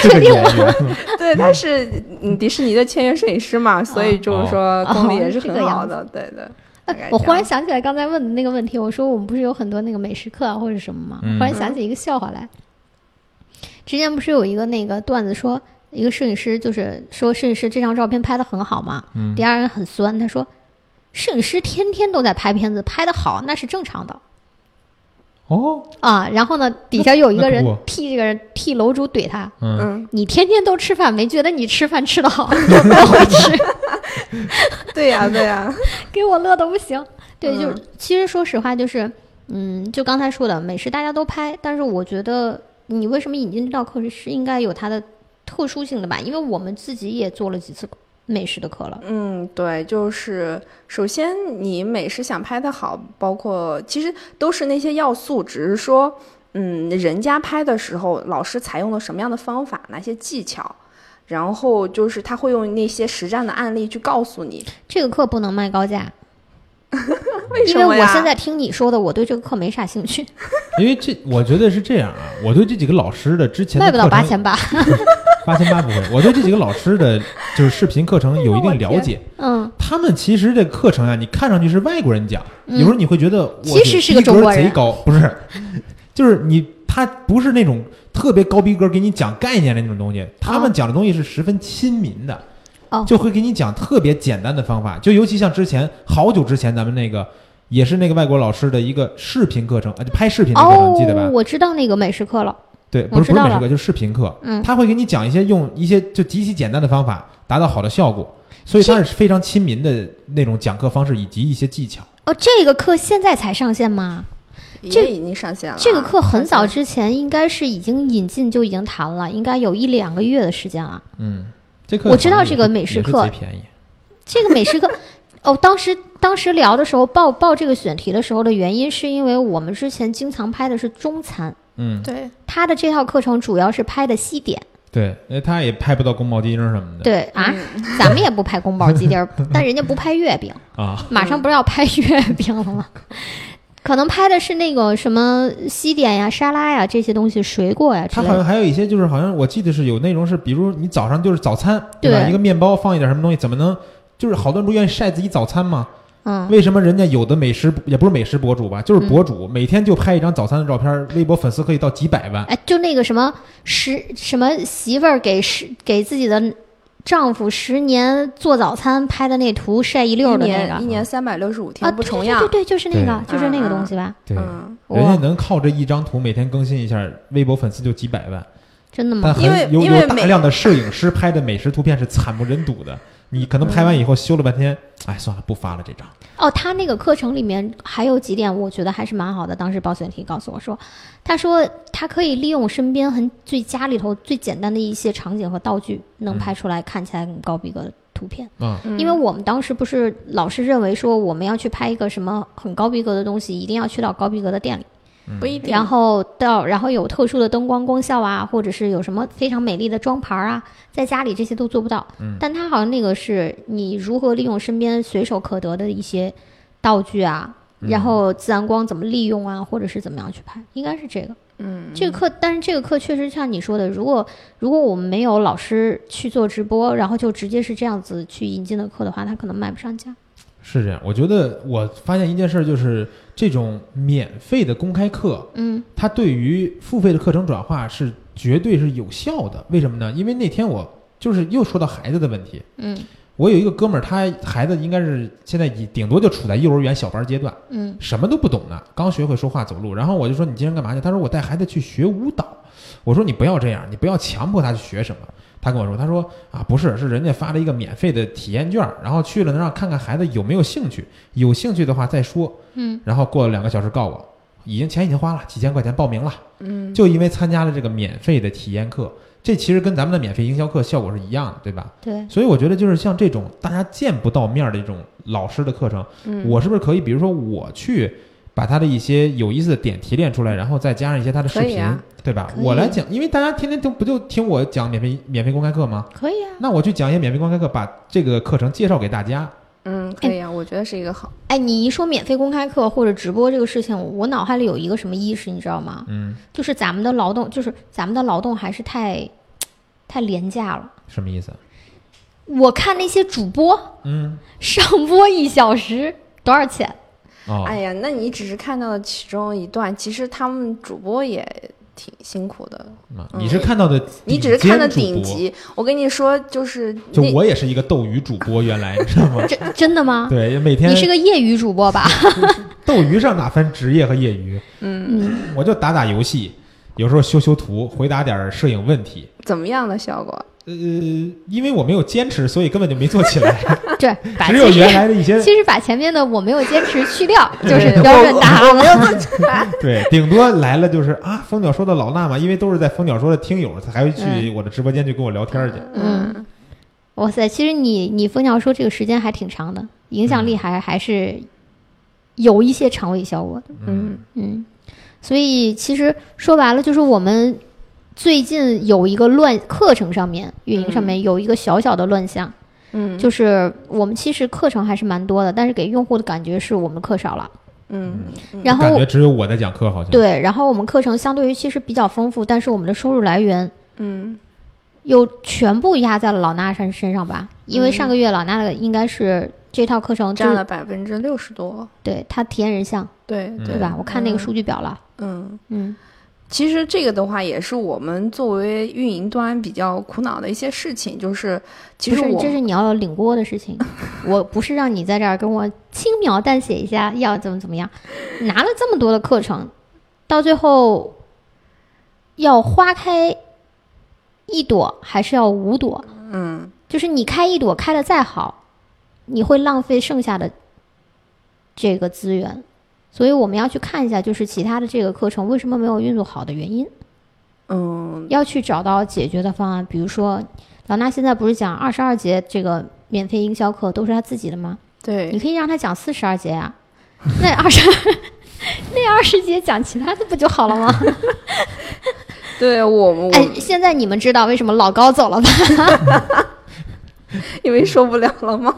Speaker 1: 这个
Speaker 2: 确定
Speaker 1: 演员，
Speaker 3: 对，他是嗯迪士尼的签约摄影师嘛，所以就是说
Speaker 2: 哦
Speaker 3: 功力也是
Speaker 2: 哦这
Speaker 3: 很
Speaker 2: 个
Speaker 3: 好
Speaker 2: 样
Speaker 3: 的，对对。大概
Speaker 2: 哎我
Speaker 3: 这
Speaker 2: 忽然
Speaker 3: 样
Speaker 2: 想起来刚才问的那个问题，我说我们不是有很多那个美食课啊或者什么吗？
Speaker 1: 嗯
Speaker 2: 忽然想起一个笑话来，之前不是有一个那个段子说，一个摄影师就是说摄影师这张照片拍的很好嘛，
Speaker 1: 嗯
Speaker 2: 底下人很酸，他说摄影师天天都在拍片子，拍的好那是正常的
Speaker 1: 哦，
Speaker 2: 啊。然后呢，底下有一个人
Speaker 1: 那可不
Speaker 2: 替这个人替楼主怼他，
Speaker 1: 嗯，
Speaker 3: 嗯，
Speaker 2: 你天天都吃饭，没觉得你吃饭吃的好，怎么回事？
Speaker 3: 对呀、对呀、
Speaker 2: 给我乐的不行。对，
Speaker 3: 嗯
Speaker 2: 就是其实说实话，就是嗯，就刚才说的，美食大家都拍，但是我觉得你为什么引进这道课是是应该有它的特殊性的吧？因为我们自己也做了几次美食的课了，
Speaker 3: 嗯，对，就是首先你美食想拍的好，包括其实都是那些要素，只是说，嗯，人家拍的时候，老师采用了什么样的方法，哪些技巧，然后就是他会用那些实战的案例去告诉你
Speaker 2: 这个课不能卖 高价，
Speaker 3: 为
Speaker 2: 因
Speaker 3: 什
Speaker 2: 为
Speaker 3: 么呀。
Speaker 2: 我现在听你说的，我对这个课没啥兴趣，
Speaker 1: 因为这我觉得是这样啊，我对这几个老师的之前的
Speaker 2: 卖不到
Speaker 1: 课程
Speaker 2: 八千八。哎
Speaker 1: 八千八不会，我对这几个老师的就是视频课程有一定了解。
Speaker 2: 嗯，
Speaker 1: 他们其实这课程啊，你看上去是外国人讲，
Speaker 2: 嗯
Speaker 1: 有时候你会觉得我
Speaker 2: 其实是个中国人
Speaker 1: 逼格贼高不是？ 就是你他不是那种特别高逼格给你讲概念的那种东西，他们讲的东西是十分亲民的，
Speaker 2: 哦
Speaker 1: 就会给你讲特别简单的方法，就尤其像之前好久之前咱们那个。也是那个外国老师的一个视频课程，啊，就拍视频的课程，
Speaker 2: 哦
Speaker 1: 记得吧？，
Speaker 2: 我知道那个美食课了，
Speaker 1: 对，
Speaker 2: 我
Speaker 1: 不是
Speaker 2: 知
Speaker 1: 不是
Speaker 2: 道
Speaker 1: 美食
Speaker 2: 了
Speaker 1: 课，就是视频课，
Speaker 2: 嗯
Speaker 1: 他会给你讲一些用一些就极其简单的方法达到好的效果，所以它是非常亲民的那种讲课方式以及一些技巧。
Speaker 2: 哦，这个课现在才上线吗？这
Speaker 3: 也已经上线了啊，
Speaker 2: 这个课很早
Speaker 3: 好像
Speaker 2: 之前应该是已经引进就已经谈了，应该有一两个月的时间了。
Speaker 1: 嗯，这课
Speaker 2: 我知道
Speaker 1: 好像也
Speaker 2: 这个
Speaker 1: 是
Speaker 2: 美食
Speaker 1: 也是
Speaker 2: 课
Speaker 1: 贼便宜，
Speaker 2: 这个美食课，哦，当时当时聊的时候报报这个选题的时候的原因，是因为我们之前经常拍的是中餐，
Speaker 1: 嗯，
Speaker 3: 对，
Speaker 2: 他的这套课程主要是拍的西点。
Speaker 1: 对，那他也拍不到宫保鸡丁什么的
Speaker 2: 对啊，咱们也不拍宫保鸡 丁儿，但人家不拍月饼，
Speaker 1: 啊，
Speaker 2: 马上不是要拍月饼了吗？ 可能拍的是那个什么西点呀、沙拉呀这些东西，水果呀之
Speaker 1: 他
Speaker 2: 类
Speaker 1: 好像
Speaker 2: 的。
Speaker 1: 还有一些就是好像我记得是有内容是，比如你早上就是早餐，
Speaker 2: 对
Speaker 1: 吧？一个面包放一点什么东西，怎么能？就是好多人不愿意晒自己早餐嘛？
Speaker 2: 嗯，
Speaker 1: 为什么人家有的美食也不是美食博主吧，
Speaker 3: 嗯
Speaker 1: 就是博主、每天就拍一张早餐的照片，微博粉丝可以到几百万。
Speaker 2: 哎，就那个什么十什么媳妇儿给十给自己的丈夫十年做早餐拍的那图晒一溜
Speaker 3: 一
Speaker 2: 儿的那
Speaker 3: 年
Speaker 2: 个
Speaker 3: 一年三百六十五
Speaker 2: 啊，
Speaker 3: 天不重样
Speaker 2: 对，对对对，就是那个，
Speaker 3: 对
Speaker 2: 就是那个
Speaker 3: 嗯
Speaker 2: 东西吧？
Speaker 1: 对
Speaker 3: 嗯，
Speaker 1: 人家
Speaker 2: 哇，
Speaker 1: 能靠这一张图每天更新一下，微博粉丝就几百万，
Speaker 2: 真的
Speaker 1: 但
Speaker 2: 吗？
Speaker 1: 很
Speaker 3: 嗯因为
Speaker 1: 有
Speaker 3: 因为
Speaker 1: 有大
Speaker 3: 美
Speaker 1: 量的摄影师拍的美食图片是惨不忍睹的。你可能拍完以
Speaker 3: 嗯
Speaker 1: 后修了半天，哎，算了，不发了这张。
Speaker 2: 哦，他那个课程里面还有几点，我觉得还是蛮好的。当时报选题告诉我说，他说他可以利用身边很最家里头最简单的一些场景和道具，能
Speaker 1: 嗯
Speaker 2: 拍出来看起来很高逼格的图片。
Speaker 1: 啊、
Speaker 2: 因为我们当时不是老师认为说我们要去拍一个什么很高逼格的东西，一定要去到高逼格的店里。
Speaker 3: 不一定。
Speaker 2: 然后到然后有特殊的灯光光效啊，或者是有什么非常美丽的妆牌啊，在家里这些都做不到。嗯，但它好像那个是你如何利用身边随手可得的一些道具啊，然后自然光怎么利用啊，或者是怎么样去拍，应该是这个。
Speaker 3: 嗯，
Speaker 2: 这个课，但是这个课确实像你说的，如果如果我们没有老师去做直播，然后就直接是这样子去引进的课的话，它可能卖不上价。
Speaker 1: 是这样。我觉得我发现一件事儿，就是这种免费的公开课，
Speaker 2: 嗯
Speaker 1: 它对于付费的课程转化是绝对是有效的。为什么呢？因为那天我就是又说到孩子的问题，
Speaker 2: 嗯
Speaker 1: 我有一个哥们儿，他孩子应该是现在已顶多就处在幼儿园小班阶段，
Speaker 2: 嗯，
Speaker 1: 什么都不懂呢，刚学会说话走路。然后我就说你今天干嘛去？他说我带孩子去学舞蹈。我说你不要这样，你不要强迫他去学什么。他跟我说，他说啊不是，是人家发了一个免费的体验券，然后去了能让看看孩子有没有兴趣，有兴趣的话再说。
Speaker 2: 嗯，
Speaker 1: 然后过了两个小时告我，已经钱已经花了几千块钱报名了，
Speaker 3: 嗯
Speaker 1: 就因为参加了这个免费的体验课，这其实跟咱们的免费营销课效果是一样的，对吧？
Speaker 2: 对，
Speaker 1: 所以我觉得就是像这种大家见不到面儿的一种老师的课程，
Speaker 3: 嗯，
Speaker 1: 我是不是可以，比如说我去把他的一些有意思的点提炼出来，然后再加上一些他的视
Speaker 3: 可以
Speaker 1: 频，
Speaker 3: 啊
Speaker 1: 对吧？
Speaker 2: 可以
Speaker 1: 我来讲，因为大家天天都不就听我讲免费免费公开课吗？
Speaker 2: 可以啊。
Speaker 1: 那我去讲一些免费公开课，把这个课程介绍给大家。
Speaker 3: 嗯，可以啊，我觉得是一个好，
Speaker 2: 哎，你一说免费公开课或者直播这个事情，我脑海里有一个什么意识，你知道吗？
Speaker 1: 嗯，
Speaker 2: 就是咱们的劳动，就是咱们的劳动还是太太廉价了。
Speaker 1: 什么意思？
Speaker 3: 哎
Speaker 2: 我看那些主播
Speaker 1: 嗯，
Speaker 2: 上播一小时多少钱？
Speaker 1: 哦，
Speaker 3: 哎呀，那你只是看到了其中一段，其实他们主播也挺辛苦的，
Speaker 1: 啊你是看到的，
Speaker 3: 你只是看到顶，级。我跟你说，就是
Speaker 1: 就
Speaker 3: 那
Speaker 1: 我也是一个斗鱼主播，原来知道 吗？
Speaker 2: 真真的吗？
Speaker 1: 对，每天
Speaker 2: 你是个业余主播吧？
Speaker 1: 斗鱼上哪分职业和业余？
Speaker 2: 嗯，
Speaker 1: 我就打打游戏，有时候修修图，回答点儿摄影问题。
Speaker 3: 怎么样的效果？
Speaker 1: 呃，因为我没有坚持，所以根本就没做起来，
Speaker 2: 对，把
Speaker 1: 只有
Speaker 2: 其实
Speaker 1: 原来的一 些
Speaker 2: 其实把前面的我没有坚持 去掉，就是
Speaker 3: 对
Speaker 2: 标准答案
Speaker 3: 我没
Speaker 2: 了。
Speaker 3: 有做出来。
Speaker 1: 对，顶多来了就是啊，蜂鸟说的老衲嘛，因为都是在蜂鸟说的听友，才会去我的直播间去跟我聊天儿去。
Speaker 2: 嗯，哇塞，其实你你蜂鸟说这个时间还挺长的，影响
Speaker 3: 嗯
Speaker 2: 力还还是有一些长尾效果的。
Speaker 3: 嗯，
Speaker 2: 嗯，所以其实说白了，就是我们最近有一个乱课程上面运营上面有一个小小的乱象，
Speaker 3: 嗯
Speaker 2: 就是我们其实课程还是蛮多的，但是给用户的感觉是我们课少了。
Speaker 3: 嗯嗯
Speaker 2: 然
Speaker 1: 感
Speaker 2: 后
Speaker 1: 觉只有我在讲课，好像。
Speaker 2: 对，然后我们课程相对于其实比较丰富，但是我们的收入来源
Speaker 3: 嗯
Speaker 2: 又全部压在了老衲身身上吧？因为上个月老衲的应该是这套课程就
Speaker 3: 嗯占
Speaker 2: 是
Speaker 3: 了百分之六十多，
Speaker 2: 对他体验人像，
Speaker 3: 对
Speaker 2: 对吧？我看那个数据表了，
Speaker 3: 嗯。
Speaker 2: 嗯
Speaker 3: 其实这个的话，也是我们作为运营端比较苦恼的一些事情，就是其实
Speaker 2: 不是，
Speaker 3: 我
Speaker 2: 这是你要领锅的事情， 我不是让你在这儿跟我轻描淡写一下要怎么怎么样，拿了这么多的课程，到最后要花开一朵还是要五朵？
Speaker 3: 嗯
Speaker 2: 就是你开一朵开的再好，你会浪费剩下的这个资源，所以我们要去看一下，就是其他的这个课程为什么没有运作好的原因，
Speaker 3: 嗯
Speaker 2: 要去找到解决的方案。比如说，老衲现在不是讲二十二节这个免费营销课都是他自己的吗？你
Speaker 3: 对，
Speaker 2: 可以让他讲四十二节呀、 那二十 那二十节讲其他的不就好了 吗？
Speaker 3: 对我我、
Speaker 2: 哎，现在你们知道为什么老高走了吧？
Speaker 3: 因为受不了了吗？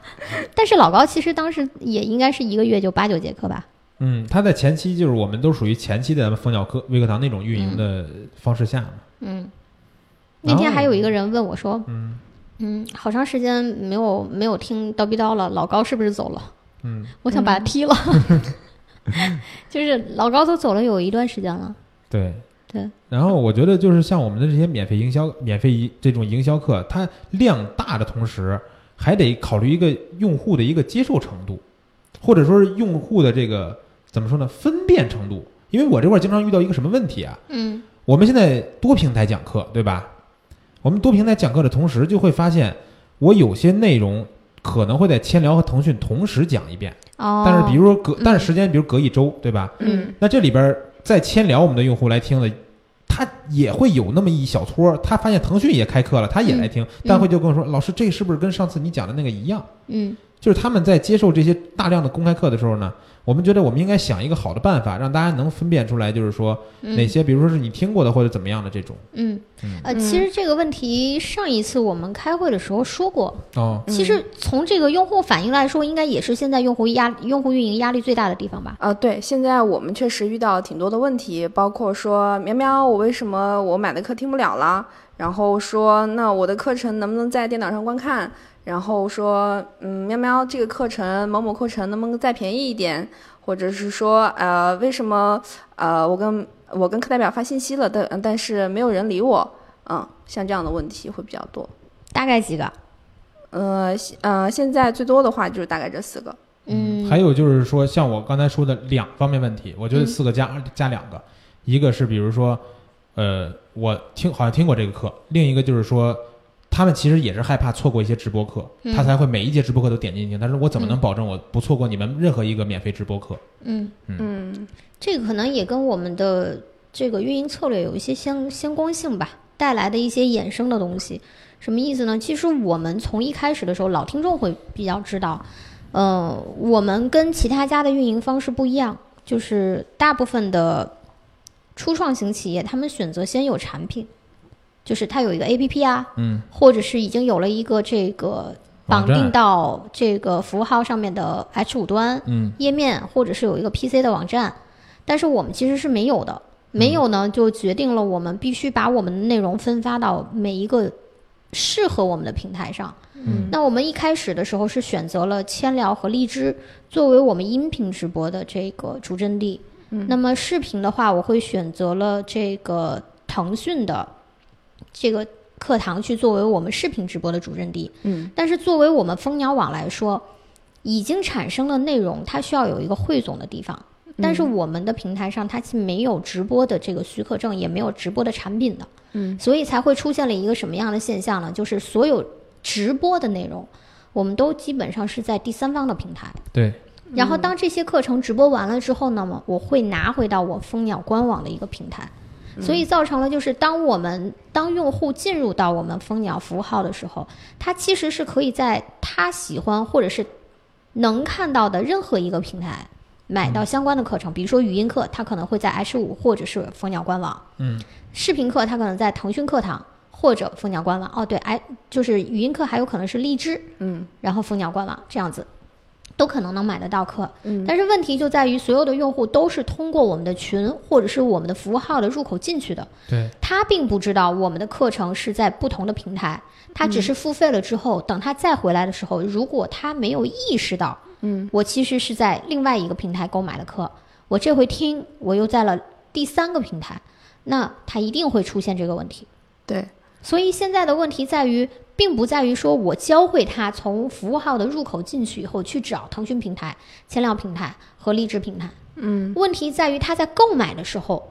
Speaker 2: 但是老高其实当时也应该是一个月就八九节课吧。
Speaker 1: 嗯，他在前期就是我们都属于前期的咱们蜂鸟课微课堂那种运营的方式下嘛。
Speaker 2: 嗯，那天还有一个
Speaker 1: 人，
Speaker 2: 人问我说
Speaker 1: 嗯：“
Speaker 2: 嗯，好长时间没有没有听叨逼叨了，老高是不是走了？
Speaker 1: 嗯，
Speaker 2: 我想把他踢了。 就是老高都走了有一段时间了。
Speaker 1: 对
Speaker 2: 对。
Speaker 1: 然后我觉得就是像我们的这些免费营销、免费营这种营销课，它量大的同时，还得考虑一个用户的一个接受程度，或者说是用户的这个怎么说呢，分辨程度。因为我这块儿经常遇到一个什么问题啊？
Speaker 2: 嗯
Speaker 1: 我们现在多平台讲课，对吧？我们多平台讲课的同时，就会发现我有些内容可能会在千聊和腾讯同时讲一遍，
Speaker 2: 哦，
Speaker 1: 但是比如说隔，
Speaker 2: 嗯
Speaker 1: 但是时间比如隔一周，对吧？
Speaker 2: 嗯
Speaker 1: 那这里边儿在千聊我们的用户来听的，他也会有那么一小撮儿，他发现腾讯也开课了，他也来听，但会就跟我说，老师，这是不是跟上次你讲的那个一样？
Speaker 2: 嗯
Speaker 1: 就是他们在接受这些大量的公开课的时候呢，我们觉得我们应该想一个好的办法，让大家能分辨出来，就是说哪
Speaker 2: 嗯
Speaker 1: 些，比如说是你听过的或者怎么样的这种。
Speaker 2: 嗯
Speaker 1: 嗯
Speaker 2: 呃，其实这个问题上一次我们开会的时候说过。
Speaker 1: 哦，
Speaker 2: 其实从这个用户反应来说，应该也是现在用户压用户运营压力最大的地方吧。
Speaker 3: 啊、对，现在我们确实遇到挺多的问题，包括说苗苗，我为什么我买的课听不了了？然后说那我的课程能不能在电脑上观看？然后说嗯，苗苗这个课程某某课程能不能再便宜一点？或者是说呃，为什么呃我跟我跟课代表发信息了，但但是没有人理我？嗯，像这样的问题会比较多。
Speaker 2: 大概几个？
Speaker 3: 呃现呃，现在最多的话就是大概这四个。
Speaker 2: 嗯，
Speaker 1: 还有就是说，像我刚才说的两方面问题，我觉得四个加、加两个，一个是比如说，呃，我听好像听过这个课，另一个就是说，他们其实也是害怕错过一些直播课，
Speaker 2: 嗯
Speaker 1: 他才会每一节直播课都点进去听。但是我怎么能
Speaker 2: 嗯
Speaker 1: 保证我不错过你们任何一个免费直播课？
Speaker 2: 嗯。
Speaker 3: 嗯
Speaker 2: 这个可能也跟我们的这个运营策略有一些相相关性吧。带来的一些衍生的东西。什么意思呢？其实我们从一开始的时候，老听众会比较知道，呃，我们跟其他家的运营方式不一样，就是大部分的初创型企业，他们选择先有产品，就是它有一个 APP 啊，
Speaker 1: 嗯，
Speaker 2: 或者是已经有了一个这个绑
Speaker 1: 网
Speaker 2: 定
Speaker 1: 站，
Speaker 2: 到这个服务号上面的 H 五端
Speaker 1: 嗯
Speaker 2: 页面，或者是有一个 PC 的网站，但是我们其实是没有的。
Speaker 1: 嗯
Speaker 2: 没有呢，就决定了我们必须把我们的内容分发到每一个适合我们的平台上。
Speaker 1: 嗯
Speaker 2: 那我们一开始的时候是选择了千聊和荔枝作为我们音频直播的这个主阵地。
Speaker 3: 嗯
Speaker 2: 那么视频的话，我会选择了这个腾讯的这个课堂去作为我们视频直播的主阵地。
Speaker 3: 嗯
Speaker 2: 但是作为我们蜂鸟网来说，已经产生了内容，它需要有一个汇总的地方。
Speaker 3: 嗯
Speaker 2: 但是我们的平台上，它既没有直播的这个许可证，也没有直播的产品的，
Speaker 3: 嗯
Speaker 2: 所以才会出现了一个什么样的现象呢？就是所有直播的内容，我们都基本上是在第三方的平台。
Speaker 1: 对，
Speaker 2: 然后当这些课程直播完了之后呢，么我会拿回到我蜂鸟官网的一个平台，所以造成了就是当我们当用户进入到我们蜂鸟服务号的时候，他其实是可以在他喜欢或者是能看到的任何一个平台买到相关的课程，比如说语音课，他可能会在 H 五或者是蜂鸟官网，
Speaker 1: 嗯，
Speaker 2: 视频课他可能在腾讯课堂或者蜂鸟官网，哦对，哎，就是语音课还有可能是荔枝，
Speaker 3: 嗯
Speaker 2: 然后蜂鸟官网这样子，都可能能买得到课。
Speaker 3: 嗯
Speaker 2: 但是问题就在于，所有的用户都是通过我们的群或者是我们的服务号的入口进去的，
Speaker 1: 对，
Speaker 2: 他并不知道我们的课程是在不同的平台，
Speaker 3: 嗯
Speaker 2: 他只是付费了之后，等他再回来的时候，如果他没有意识到，
Speaker 3: 嗯
Speaker 2: 我其实是在另外一个平台购买的课，我这回听我又在了第三个平台，那他一定会出现这个问题。
Speaker 3: 对，
Speaker 2: 所以现在的问题在于，并不在于说我教会他从服务号的入口进去以后去找腾讯平台、千料平台和荔枝平台。
Speaker 3: 嗯
Speaker 2: 问题在于他在购买的时候，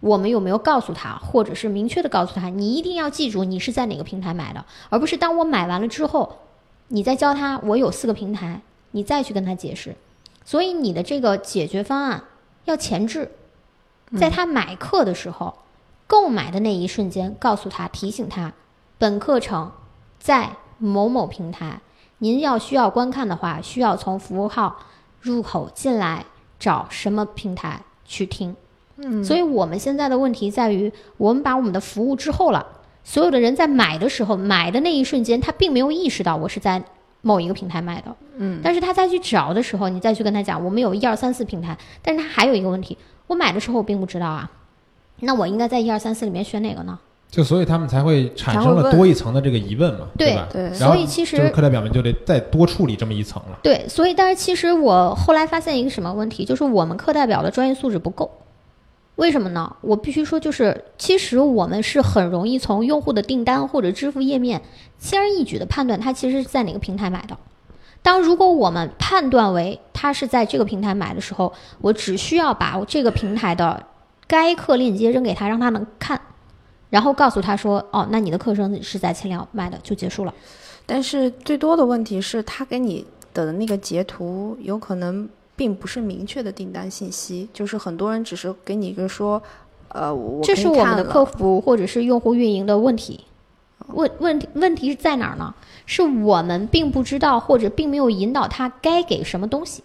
Speaker 2: 我们有没有告诉他，或者是明确的告诉他，你一定要记住你是在哪个平台买的，而不是当我买完了之后，你再教他我有四个平台，你再去跟他解释。所以你的这个解决方案要前置，在他买课的时候，购买的那一瞬间，告诉他提醒他，本课程在某某平台，您要需要观看的话，需要从服务号入口进来找什么平台去听。
Speaker 3: 嗯
Speaker 2: 所以我们现在的问题在于，我们把我们的服务滞后了。所有的人在买的时候，买的那一瞬间，他并没有意识到我是在某一个平台买的。
Speaker 3: 嗯，
Speaker 2: 但是他再去找的时候，你再去跟他讲，我们有一二三四平台，但是他还有一个问题，我买的时候我并不知道啊，那我应该在一二三四里面选哪个呢？
Speaker 1: 就所以他们才会产生
Speaker 3: 才会
Speaker 1: 了
Speaker 3: 问
Speaker 1: 多一层的这个疑问嘛，
Speaker 2: 对
Speaker 1: 吧？
Speaker 3: 对
Speaker 1: 然后
Speaker 2: 所以其实
Speaker 1: 就是课代表们就得再多处理这么一层了。
Speaker 2: 对，所以但是其实我后来发现一个什么问题，就是我们课代表的专业素质不够。为什么呢？我必须说，就是其实我们是很容易从用户的订单或者支付页面轻而易举的判断他其实是在哪个平台买的。当如果我们判断为他是在这个平台买的时候，我只需要把我这个平台的该课链接扔给他，让他能看，然后告诉他说：“哦，那你的课程是在千聊买的，就结束了。
Speaker 3: 但是最多的问题是，他给你的那个截图有可能并不是明确的订单信息，就是很多人只是给你一个说，呃，我”
Speaker 2: 这是我们的客
Speaker 3: 客
Speaker 2: 服或者是用户运营的问题。问问题问题是在哪儿呢？是我们并不知道或者并没有引导他该给什么东西。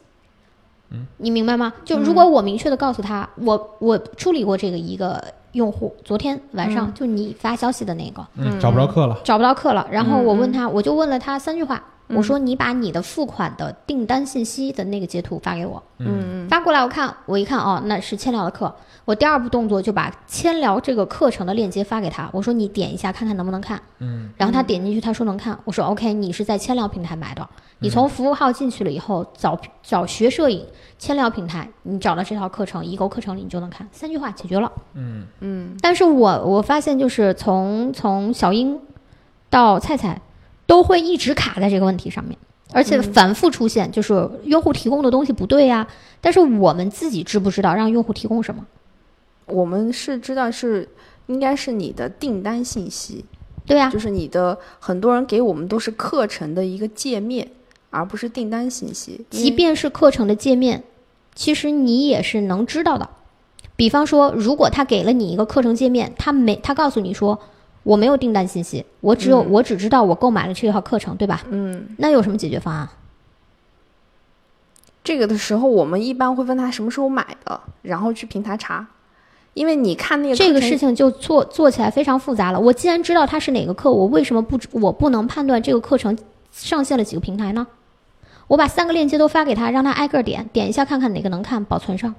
Speaker 2: 嗯，你明白吗？就如果我明确的告诉他，我我处理过这个一个用户，昨天晚上就你发消息的那个、
Speaker 1: 嗯，找不着课了。
Speaker 2: 找不到课了，然后我问他，我就问了他三句话，我说你把你的付款的订单信息的那个截图发给我，
Speaker 3: 嗯
Speaker 2: 发过来我看，我一看哦，那是千聊的课。我第二步动作就把千聊这个课程的链接发给他，我说你点一下看看能不能看。
Speaker 1: 嗯，
Speaker 2: 然后他点进去，他说能看。我说 OK，你是在千聊平台买的，你从服务号进去了以后，找找学摄影千聊平台，你找到这套课程，一购课程里你就能看。三句话解决了。
Speaker 1: 嗯，
Speaker 3: 嗯
Speaker 2: 但是我我发现就是从从小英到菜菜都会一直卡在这个问题上面，而且反复出现，就是用户提供的东西不对呀、啊但是我们自己知不知道让用户提供什么？
Speaker 3: 我们是知道是应该是你的订单信息，
Speaker 2: 对啊呀、
Speaker 3: 就是你的很多人给我们都是课程的一个界面，而不是订单信息。因
Speaker 2: 即
Speaker 3: 为
Speaker 2: 便是课程的界面，其实你也是能知道的。比方说，如果他给了你一个课程界面，他没他告诉你说，我没有订单信息，我只有、我只知道我购买了这套课程，对吧？
Speaker 3: 嗯，
Speaker 2: 那有什么解决方案？
Speaker 3: 这个的时候，我们一般会问他什么时候买的，然后去平台查，因为你看那个
Speaker 2: 这
Speaker 3: 课
Speaker 2: 个
Speaker 3: 程
Speaker 2: 事情就做做起来非常复杂了。我既然知道它是哪个课，我为什么不知我不能判断这个课程上线了几个平台呢？我把三个链接都发给他，让他挨个点点一下，看看哪个能看，保存上，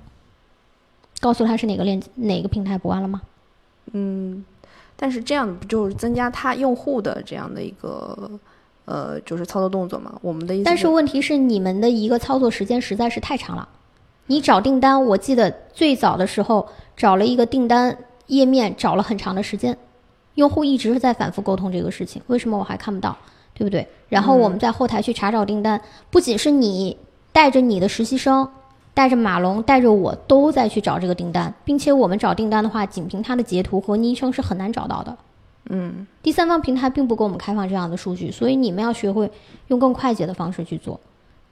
Speaker 2: 告诉他是哪个链哪个平台，不完了吗？
Speaker 3: 但是这样不就是增加他用户的这样的一个呃，就是操作动作嘛？我们的意思，
Speaker 2: 但是问题是，你们的一个操作时间实在是太长了。你找订单，我记得最早的时候找了一个订单页面，找了很长的时间，用户一直是在反复沟通这个事情，为什么我还看不到，对不对？然后
Speaker 3: 嗯
Speaker 2: 我们在后台去查找订单，不仅是你带着你的实习生，带着马龙，带着我都在去找这个订单，并且我们找订单的话，仅凭它的截图和昵称是很难找到的。嗯，第三方平台并不给我们开放这样的数据，所以你们要学会用更快捷的方式去做。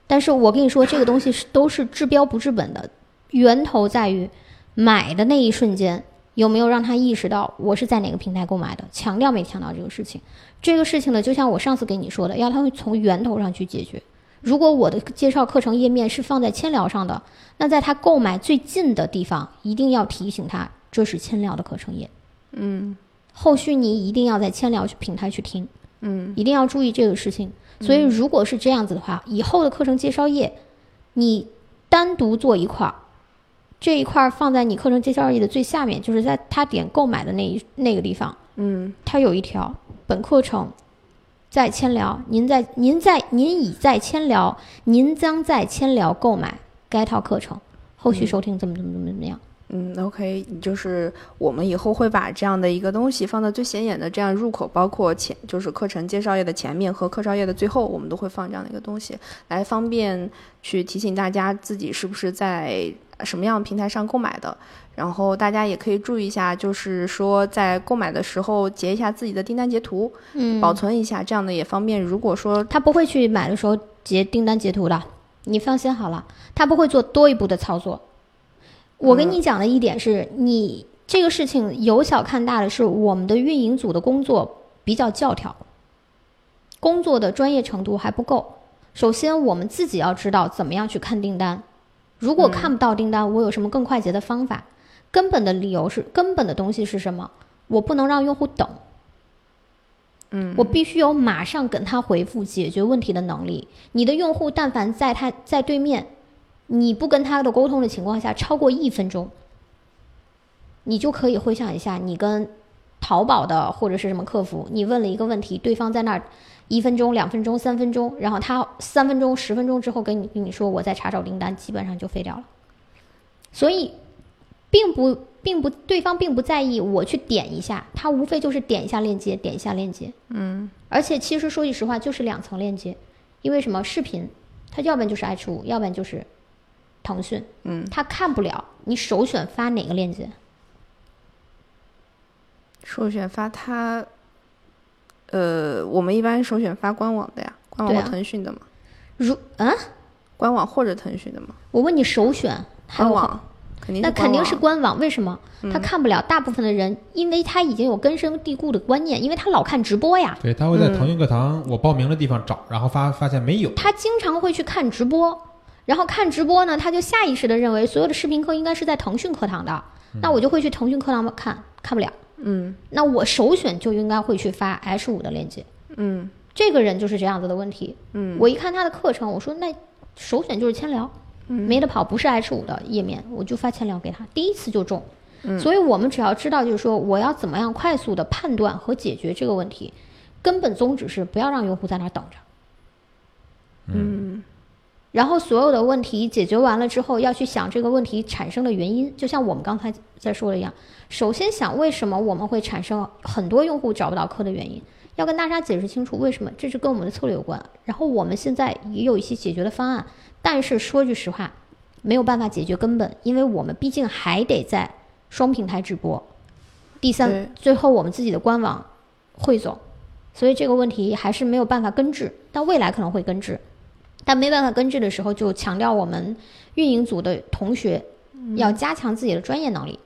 Speaker 2: 但是我跟你说，这个东西是都是治标不治本的，源头在于买的那一瞬间有没有让他意识到我是在哪个平台购买的，强调没强调这个事情。这个事情呢，就像我上次跟你说的，要他会从源头上去解决。如果我的介绍课程页面是放在千聊上的，那在他购买最近的地方，一定要提醒他这是千聊的课程页。嗯，后续你一定要在千聊平台去听。嗯，一定要注意这个事情。所以如果是这样子的话，以后的课程介绍页，你单独做一块儿，这一块儿放在你课程介绍页的最下面，就是在他点购买的那一那个地方，
Speaker 3: 嗯
Speaker 2: 它有一条本课程。在千聊，您在您在您已在千聊，您将在千聊购买该套课程，后续收听怎么怎么怎么怎么样。
Speaker 3: 嗯，OK，就是我们以后会把这样的一个东西放在最显眼的这样入口，包括前就是课程介绍页的前面和课绍页的最后，我们都会放这样的一个东西，来方便去提醒大家自己是不是在什么样的平台上购买的。然后大家也可以注意一下，就是说在购买的时候截一下自己的订单截图，
Speaker 2: 嗯
Speaker 3: 保存一下，这样呢也方便。如果说
Speaker 2: 他不会去买的时候截订单截图的，你放心好了，他不会做多一步的操作。我跟你讲的一点是，你这个事情由小看大的是我们的运营组的工作比较教条，工作的专业程度还不够。首先，我们自己要知道怎么样去看订单。如果看不到订单，我有什么更快捷的方法？根本的理由是，根本的东西是什么？我不能让用户等。我必须有马上跟他回复解决问题的能力。你的用户但凡在他在对面，你不跟他的沟通的情况下超过一分钟，你就可以回想一下，你跟淘宝的或者是什么客服，你问了一个问题，对方在那儿一分钟、两分钟、三分钟，然后他三分钟、十分钟之后跟你跟你说我在查找订单，基本上就废掉了。所以，并不。并不，对方并不在意我去点一下，他无非就是点一下链接，点一下链接，而且其实说句实话，就是两层链接，因为什么？视频，它要不然就是爱奇艺，要不然就是腾讯，嗯，他看不了你首选发哪个链接，
Speaker 3: 首选发它，呃，我们一般首选发官网的呀，官网
Speaker 2: 对
Speaker 3: 或
Speaker 2: 啊
Speaker 3: 腾讯的嘛，
Speaker 2: 如啊，
Speaker 3: 官网或者腾讯的嘛，
Speaker 2: 我问你首选，还
Speaker 3: 官
Speaker 2: 有
Speaker 3: 哦网肯定
Speaker 2: 那肯定是
Speaker 3: 官啊
Speaker 2: 官网，为什么？他看不了大部分的人，因为他已经有根深蒂固的观念，因为他老看直播呀，
Speaker 1: 对，他会在腾讯课堂我报名的地方找，然后发发现没有。
Speaker 2: 他经常会去看直播，然后看直播呢，他就下意识的认为所有的视频课应该是在腾讯课堂的，那我就会去腾讯课堂看，看不了。
Speaker 3: 网，嗯
Speaker 2: 那我首选就应该会去发 H 五的链接。
Speaker 3: 嗯
Speaker 2: 这个人就是这样子的问题。
Speaker 3: 嗯，
Speaker 2: 我一看他的课程，我说那首选就是千聊，
Speaker 3: 嗯
Speaker 2: 没得跑，不是 H 五的页面，我就发千聊给他，第一次就中。
Speaker 3: 嗯
Speaker 2: 所以我们只要知道，就是说我要怎么样快速的判断和解决这个问题，根本宗旨是不要让用户在那儿等着。
Speaker 3: 嗯
Speaker 2: 然后所有的问题解决完了之后，要去想这个问题产生的原因，就像我们刚才在说的一样，首先想为什么我们会产生很多用户找不到课的原因，要跟大家解释清楚为什么，这是跟我们的策略有关。然后我们现在也有一些解决的方案，但是说句实话，没有办法解决根本，因为我们毕竟还得在双平台直播，第
Speaker 3: 对
Speaker 2: 三，最后我们自己的官网汇总，所以这个问题还是没有办法根治，但未来可能会根治。但没办法根治的时候，就强调我们运营组的同学要加强自己的专业能力。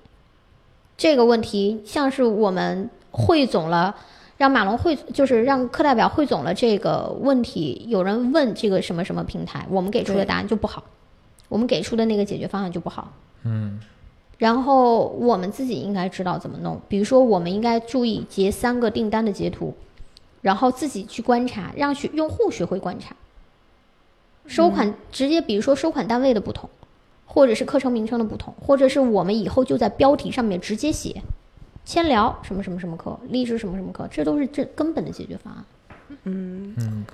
Speaker 2: 这个问题像是我们汇总了。让马龙汇就是让课代表汇总了这个问题，有人问这个什么什么平台，我们给出的答案就不好，我们给出的那个解决方案就不好。
Speaker 1: 嗯
Speaker 2: 然后我们自己应该知道怎么弄，比如说我们应该注意截三个订单的截图，然后自己去观察，让学用户学会观察。收款直接，比如说收款单位的不同，或者是课程名称的不同，或者是我们以后就在标题上面直接写“先聊什么什么什么课，励志什么什么课”，这都是这根本的解决方案。
Speaker 3: 嗯，
Speaker 1: 嗯。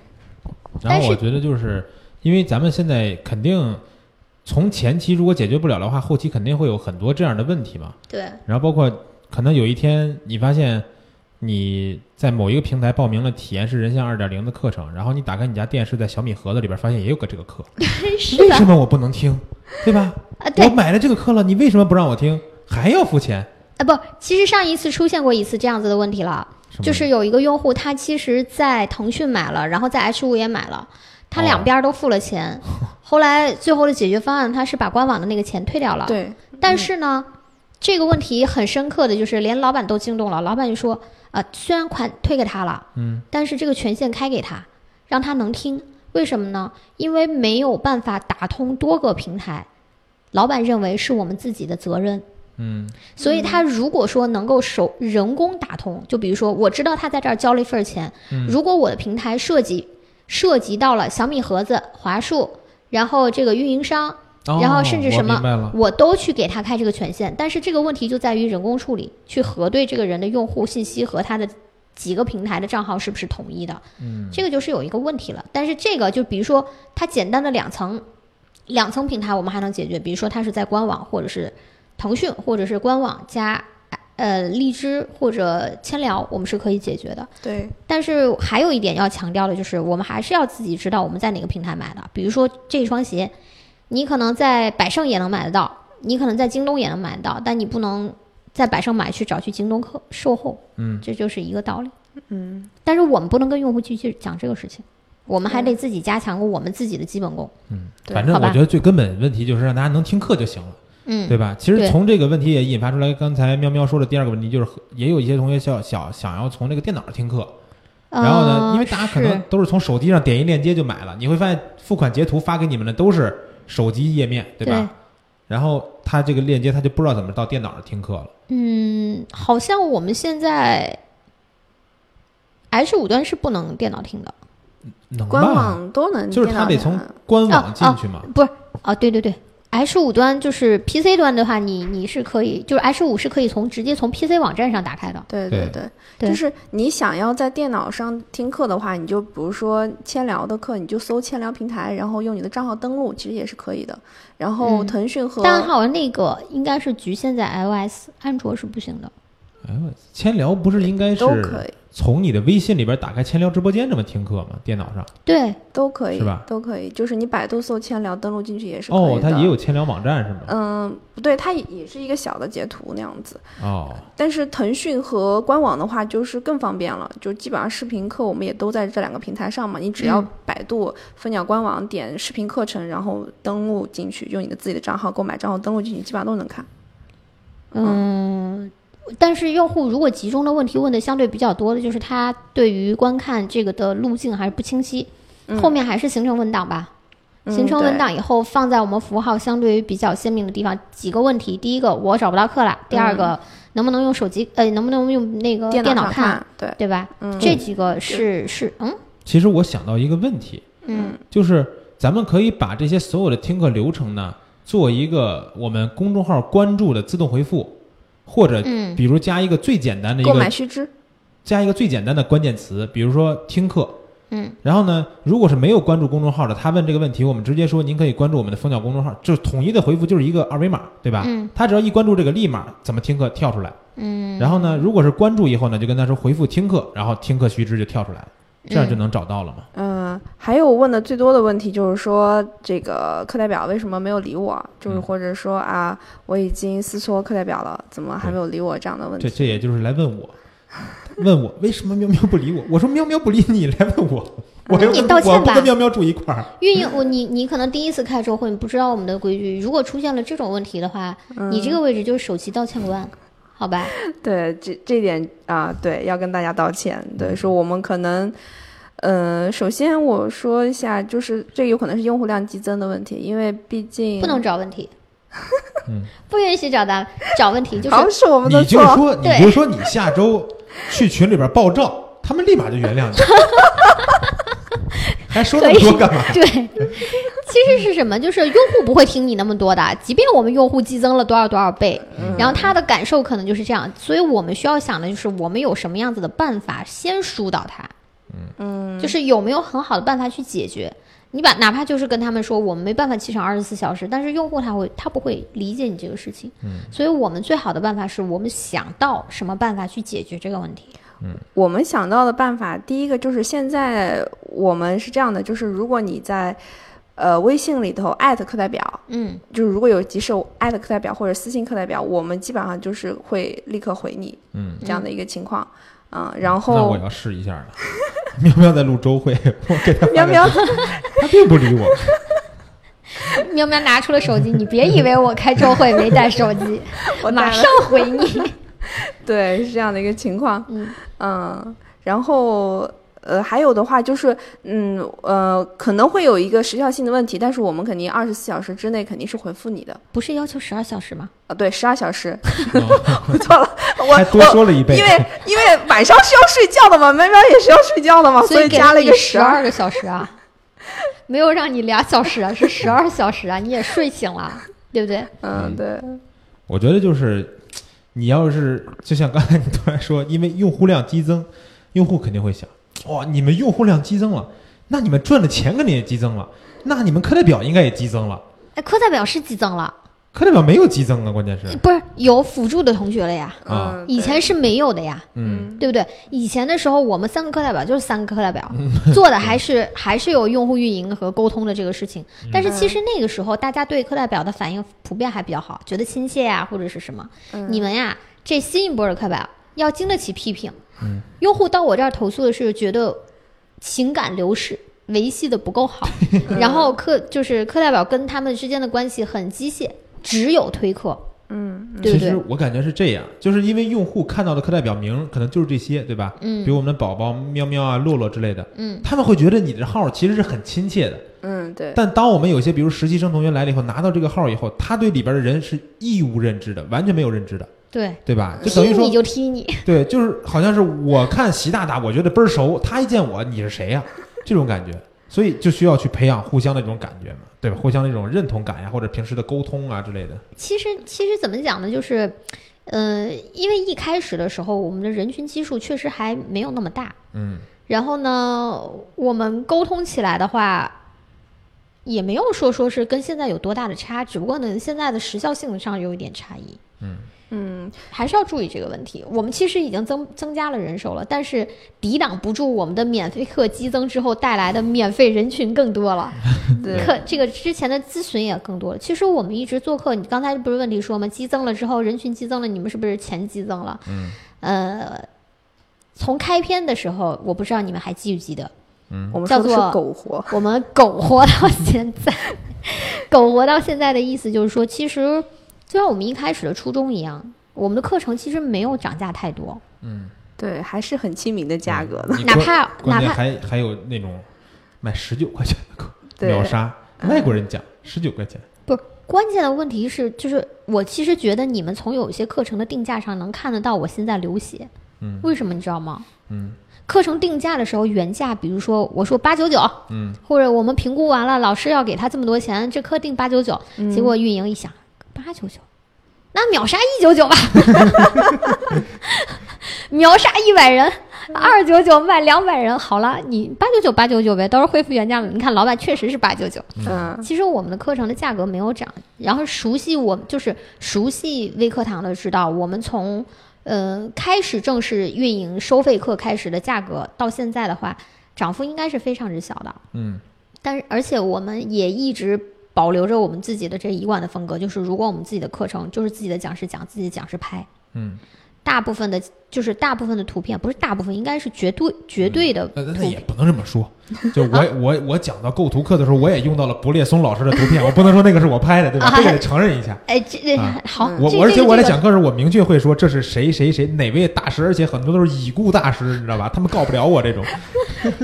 Speaker 1: 然
Speaker 2: 但
Speaker 1: 后
Speaker 2: 是
Speaker 1: 我觉得就是因为咱们现在肯定从前期如果解决不了的话，后期肯定会有很多这样的问题嘛。
Speaker 2: 对，
Speaker 1: 然后包括可能有一天你发现你在某一个平台报名了体验式人像二点零的课程，然后你打开你家电视，在小米盒子里边发现也有个这个课，
Speaker 2: 是
Speaker 1: 为
Speaker 2: 的
Speaker 1: 什么我不能听？对吧？
Speaker 2: 啊，对
Speaker 1: 我买了这个课了，你为什么不让我听？还要付钱？
Speaker 2: 啊，不，其实上一次出现过一次这样子的问题了，
Speaker 1: 什么
Speaker 2: 就是有一个用户，他其实在腾讯买了，然后在 H 五也买了，他两边都付了钱，后来最后的解决方案他是把官网的那个钱退掉了，
Speaker 3: 对，
Speaker 1: 嗯
Speaker 2: 但是呢，这个问题很深刻的就是连老板都惊动了，老板就说，呃，虽然款退给他了，
Speaker 1: 嗯，
Speaker 2: 但是这个权限开给他，让他能听，为什么呢？因为没有办法打通多个平台，老板认为是我们自己的责任。
Speaker 1: 嗯
Speaker 2: 所以他如果说能够手人工打通，就比如说我知道他在这儿交了一份钱，
Speaker 1: 嗯
Speaker 2: 如果我的平台涉及涉及到了小米盒子、华数，然后这个运营商，
Speaker 1: 哦
Speaker 2: 然后甚至什么
Speaker 1: 我明白了，
Speaker 2: 我都去给他开这个权限。但是这个问题就在于人工处理，去核对这个人的用户信息和他的。几个平台的账号是不是统一的？
Speaker 1: 嗯
Speaker 2: 这个就是有一个问题了。但是这个就比如说，它简单的两层，两层平台我们还能解决。比如说，它是在官网或者是腾讯或者是官网加呃荔枝或者千聊，我们是可以解决的。
Speaker 1: 嗯
Speaker 3: 对，
Speaker 2: 但是还有一点要强调的就是，我们还是要自己知道我们在哪个平台买的。比如说这双鞋，你可能在百盛也能买得到，你可能在京东也能买得到，但你不能在百盛买去找去京东客售后，
Speaker 1: 嗯
Speaker 2: 这就是一个道理。
Speaker 3: 嗯，
Speaker 2: 但是我们不能跟用户去去讲这个事情，我们还得自己加强我们自己的基本功。
Speaker 1: 嗯，
Speaker 3: 对
Speaker 1: 反正
Speaker 2: 好吧
Speaker 1: 我觉得最根本问题就是让大家能听课就行了。
Speaker 2: 嗯，
Speaker 1: 对吧？其实
Speaker 2: 对
Speaker 1: 从这个问题也引发出来，刚才喵喵说的第二个问题就是，也有一些同学想想想要从这个电脑上听
Speaker 3: 哦
Speaker 1: 课，然后呢，
Speaker 2: 呃
Speaker 1: 因为大家可
Speaker 2: 是
Speaker 1: 能都是从手机上点一链接就买了，你会发现付款截图发给你们的都是手机页面，对吧？
Speaker 2: 对
Speaker 1: 然后他这个链接他就不知道怎么到电脑上听课了，
Speaker 2: 嗯，好像我们现在 H 五端是不能电脑听的。
Speaker 1: 能
Speaker 3: 官
Speaker 1: 吧？
Speaker 3: 网都能，
Speaker 1: 就是他得从
Speaker 3: 啊
Speaker 1: 官
Speaker 3: 哦
Speaker 1: 网进去嘛，
Speaker 2: 不是啊，对对对，H 五端就是 PC 端的话，你你是可以，就是 H 五是可以从直接从 PC 网站上打开的。
Speaker 3: 对
Speaker 1: 对
Speaker 3: 对，
Speaker 2: 对
Speaker 3: 就是你想要在电脑上听课的话，你就比如说千聊的课，你就搜千聊平台，然后用你的账号登录，其实也是可以的。然后
Speaker 2: 嗯
Speaker 3: 腾讯和、
Speaker 2: 但好像那个应该是局限在 iOS，安卓是不行的。
Speaker 1: 哎呦，千聊不是应该
Speaker 3: 都可
Speaker 1: 是
Speaker 3: 以，
Speaker 1: 从你的微信里边打开千聊直播间这么听课吗？电脑上？
Speaker 2: 对，
Speaker 3: 都可以，
Speaker 1: 是吧
Speaker 3: 都可以，就是你百度搜千聊登录进去也是可
Speaker 1: 哦
Speaker 3: 以，的。
Speaker 1: 它也有千聊网站是吗？
Speaker 3: 嗯，不对，它也也是一个小的截图那样子。
Speaker 1: 哦，
Speaker 3: 但是腾讯和官网的话，就是更方便了，就基本上视频课我们也都在这两个平台上嘛。你只要
Speaker 2: 嗯
Speaker 3: 百度蜂鸟官网点视频课程，然后登录进去，用你的自己的账号购买账号登录进去，基本上都能看。
Speaker 2: 嗯，但是用户如果集中的问题问的相对比较多的，就是他对于观看这个的路径还是不清晰，
Speaker 3: 嗯
Speaker 2: 后面还是形成文档吧。形成文档以后，放在我们符号相对于比较鲜明的地方。几个问题：第一个，我找不到课了；第二个，能不能用手机？呃，能不能用那个
Speaker 3: 嗯电
Speaker 2: 电
Speaker 3: 脑
Speaker 2: 脑
Speaker 3: 上
Speaker 2: 看？
Speaker 3: 看，对，
Speaker 2: 对吧？
Speaker 3: 嗯，
Speaker 2: 这几个是是嗯
Speaker 1: 其实我想到一个问题，
Speaker 2: 嗯
Speaker 1: 就是咱们可以把这些所有的听课流程呢，做一个我们公众号关注的自动回复，或者
Speaker 2: 嗯
Speaker 1: 比如加一个最简单的一
Speaker 3: 购
Speaker 1: 个
Speaker 3: 买须知，
Speaker 1: 加一个最简单的关键词，比如说听课。
Speaker 2: 嗯，
Speaker 1: 然后呢，如果是没有关注公众号的，他问这个问题，我们直接说您可以关注我们的蜂鸟公众号，就是统一的回复就是一个二维码，对吧？
Speaker 2: 嗯
Speaker 1: 他只要一关注这个，立马怎么听课跳出来。
Speaker 2: 嗯，
Speaker 1: 然后呢，如果是关注以后呢，就跟他说回复听课，然后听课须知就跳出来了，这样就能找到了嘛。
Speaker 3: 嗯，还有问的最多的问题就是说，这个课代表为什么没有理我？就是
Speaker 1: 嗯
Speaker 3: 或者说啊，我已经私戳课代表了，怎么还没有理我这样的问
Speaker 1: 这
Speaker 3: 题？
Speaker 1: 这也就是来问我，问我为什么喵喵不理我？我说喵喵不理你，来问
Speaker 3: 啊
Speaker 1: 我，我又
Speaker 2: 你
Speaker 1: 不
Speaker 2: 道歉
Speaker 1: 我不
Speaker 2: 吧
Speaker 1: 跟喵喵住一块儿。
Speaker 2: 运营我你你可能第一次开嗯周会，你不知道我们的规矩。如果出现了这种问题的话，你这个位置就是首席道歉官。好吧？
Speaker 3: 对，这这点啊、对，要跟大家道歉。对，说
Speaker 1: 嗯
Speaker 3: 我们可能，呃，首先我说一下，就是这有可能是用户量激增的问题，因为毕竟
Speaker 2: 不能找问题，
Speaker 1: 嗯
Speaker 2: 不允许找答找问题，就是
Speaker 3: 好是我们的
Speaker 1: 你就
Speaker 3: 错，
Speaker 1: 说，你
Speaker 2: 对
Speaker 1: 就说你下周去群里边爆照，他们立马就原 谅你，还说那么多干嘛？
Speaker 2: 对， 其实是什么？就是用户不会听你那么多的，即便我们用户激增了多少多少倍，然后他的感受可能就是这样，所以我们需要想的就是我们有什么样子的办法先疏导他，嗯，就是有没有很好的办法去解决。你把哪怕就是跟他们说我们没办法七乘二十四小时，但是用户他会他不会理解你这个事情，嗯，所以我们最好的办法是我们想到什么办法去解决这个问题，
Speaker 3: 我们想到的办法，第一个就是现在我们是这样的，就是如果你在呃微信里头艾特课代表，
Speaker 2: 嗯
Speaker 3: 就是如果有急事艾特课代表或者私信课代表，我们基本上就是会立刻回你
Speaker 1: 嗯，
Speaker 3: 这样的一个情况。嗯，然
Speaker 1: 那我
Speaker 3: 后
Speaker 1: 要试一下了。喵喵在录周会，我给他发
Speaker 3: 喵
Speaker 1: 个
Speaker 3: 喵
Speaker 1: 信，他并不理我。
Speaker 2: 喵喵拿出了手机，你别以为我开周会没带手机，
Speaker 3: 我
Speaker 2: 马
Speaker 3: 打了
Speaker 2: 上 回你。
Speaker 3: 对是这样的一个情况。
Speaker 2: 嗯
Speaker 3: 嗯，然后呃，还有的话就是，嗯呃，可能会有一个时效性的问题，但是我们肯定二十四小时之内肯定是回复你的。
Speaker 2: 不是要求十二小时吗？
Speaker 3: 啊，对，十二 小时，
Speaker 1: 啊
Speaker 3: 我错了， 我
Speaker 1: 还多说了一倍
Speaker 3: 因为因为晚上是要睡觉的嘛，喵喵也是要睡觉的嘛，哦所
Speaker 2: 以给
Speaker 3: 加了一个
Speaker 2: 十
Speaker 3: 二。
Speaker 2: 二个小时 啊，没有让你俩小时啊，是十二小时啊，你也睡醒了，对不对？
Speaker 3: 嗯，
Speaker 1: 啊
Speaker 3: 对，
Speaker 1: 我觉得就是，你要是就像刚才你突然说，因为用户量激增，用户肯定会想，哇、你们用户量激增了，那你们赚的钱肯定也激增了，那你们课代表应该也激增了。
Speaker 2: 哎，课代表是激增了，
Speaker 1: 课代表没有激增啊，关键是
Speaker 2: 不是有辅助的同学了呀？
Speaker 1: 啊
Speaker 3: 嗯，
Speaker 2: 以前是没有的呀，
Speaker 1: 嗯，
Speaker 2: 对不对？以前的时候，我们三个课代表就是三个课代表，
Speaker 1: 嗯
Speaker 2: 做的还是 还是有用户运营和沟通的这个事情。
Speaker 1: 嗯
Speaker 2: 但是其实那个时候，大家对课代表的反应普遍还比较好，觉得亲切呀、或者是什么。
Speaker 3: 嗯
Speaker 2: 你们呀，这新一波的课代表要经得起批评。
Speaker 1: 嗯
Speaker 2: 用户到我这儿投诉的是觉得情感流失。维系的不 够好，然后课就是课代表跟他们之间的关系很机械，只有推课，
Speaker 3: 嗯
Speaker 2: 对
Speaker 1: 其
Speaker 2: 不
Speaker 1: 实
Speaker 2: 对？
Speaker 1: 我感觉是这样，就是因为用户看到的课代表名可能就是这些，对吧？
Speaker 2: 嗯
Speaker 1: 比如我们的宝宝、喵喵啊、洛洛之类的，
Speaker 2: 嗯，
Speaker 1: 他们会觉得你的号其实是很亲切的。
Speaker 3: 嗯，对，
Speaker 1: 但当我们有些比如实习生同学来了以后，拿到这个号以后，他对里边的人是一无认知的，完全没有认知的，
Speaker 2: 对，
Speaker 1: 对吧？就
Speaker 2: 踢
Speaker 1: 等于
Speaker 2: 你
Speaker 1: 说，
Speaker 2: 就踢你，
Speaker 1: 对，就是好像是我看习大大，我觉得倍儿熟，他一见我，你是谁呀、这种感觉。所以就需要去培养互相的这种感觉嘛，对吧？互相那种认同感呀，或者平时的沟通啊之类的。
Speaker 2: 其实其实怎么讲呢，就是，呃，因为一开始的时候，我们的人群基数确实还没有那么大，
Speaker 1: 嗯
Speaker 2: 然后呢，我们沟通起来的话。也没有说说是跟现在有多大的差，只不过呢，现在的时效性上有一点差异，
Speaker 3: 嗯，
Speaker 2: 还是要注意这个问题。我们其实已经增增加了人手了，但是抵挡不住我们的免费课激增之后带来的免费人群更多了。
Speaker 1: 嗯
Speaker 3: 对，
Speaker 2: 课这个之前的咨询也更多了。其实我们一直做课，你刚才不是问题说吗？激增了之后，人群激增了，你们是不是钱激增了？
Speaker 1: 嗯，
Speaker 2: 呃，从开篇的时候，我不知道你们还记不记得，
Speaker 3: 我们说的是
Speaker 2: 叫做
Speaker 3: 苟活，
Speaker 2: 我们苟活到现在， 苟活到现在的意思就是说，其实就像我们一开始的初衷一样，我们的课程其实没有涨价太多，
Speaker 1: 嗯，
Speaker 3: 对，还是很亲民的价格的，
Speaker 1: 你
Speaker 2: 哪
Speaker 1: 关
Speaker 2: 怕
Speaker 1: 关
Speaker 2: 哪
Speaker 1: 键
Speaker 2: 怕
Speaker 1: 还还有那种卖十九块钱的狗
Speaker 3: 对
Speaker 1: 秒杀，外
Speaker 2: 嗯
Speaker 1: 国人讲十九块钱，
Speaker 2: 不是关键的问题是，就是我其实觉得你们从有一些课程的定价上能看得到我现在流血，
Speaker 1: 嗯
Speaker 2: 为什么你知道吗？
Speaker 1: 嗯
Speaker 2: 课程定价的时候，原价，比如说我说八九九，
Speaker 1: 嗯，
Speaker 2: 或者我们评估完了，老师要给他这么多钱，这课定八九九，结果运营一想八九九，那秒杀一九九吧，秒杀一百人，二九九卖两百人，好了，你八九九八九九呗，到时候恢复原价了。你看老板确实是八九九，
Speaker 3: 嗯
Speaker 2: 其实我们的课程的价格没有涨，然后熟悉我就是熟悉微课堂的知道，我们从呃开始正式运营收费课开始的价格到现在的话，涨幅应该是非常之小的。
Speaker 1: 嗯
Speaker 2: 但是而且我们也一直保留着我们自己的这一贯的风格，就是如果我们自己的课程就是自己的讲师讲，自己的讲师拍，
Speaker 1: 嗯
Speaker 2: 大部分的，就是大部分的图片，不是大部分，应该是绝对绝对的
Speaker 1: 那嗯
Speaker 2: 图
Speaker 1: 呃那也
Speaker 2: 片。
Speaker 1: 不能这么 说，就我我我讲到构图课的时候，我也用到了布列松老师的图片，我不能说那个是我拍的，对吧？
Speaker 2: 啊
Speaker 1: 这个得承认一下。
Speaker 2: 哎，这这
Speaker 1: 啊
Speaker 2: 好，
Speaker 1: 我
Speaker 2: 这
Speaker 1: 我而且
Speaker 2: 这个
Speaker 1: 我在
Speaker 2: 这个
Speaker 1: 讲课时，候，我明确会说这是谁谁谁哪位大师，而且很多都是已故大师，你知道吧？他们告不了我这 种。，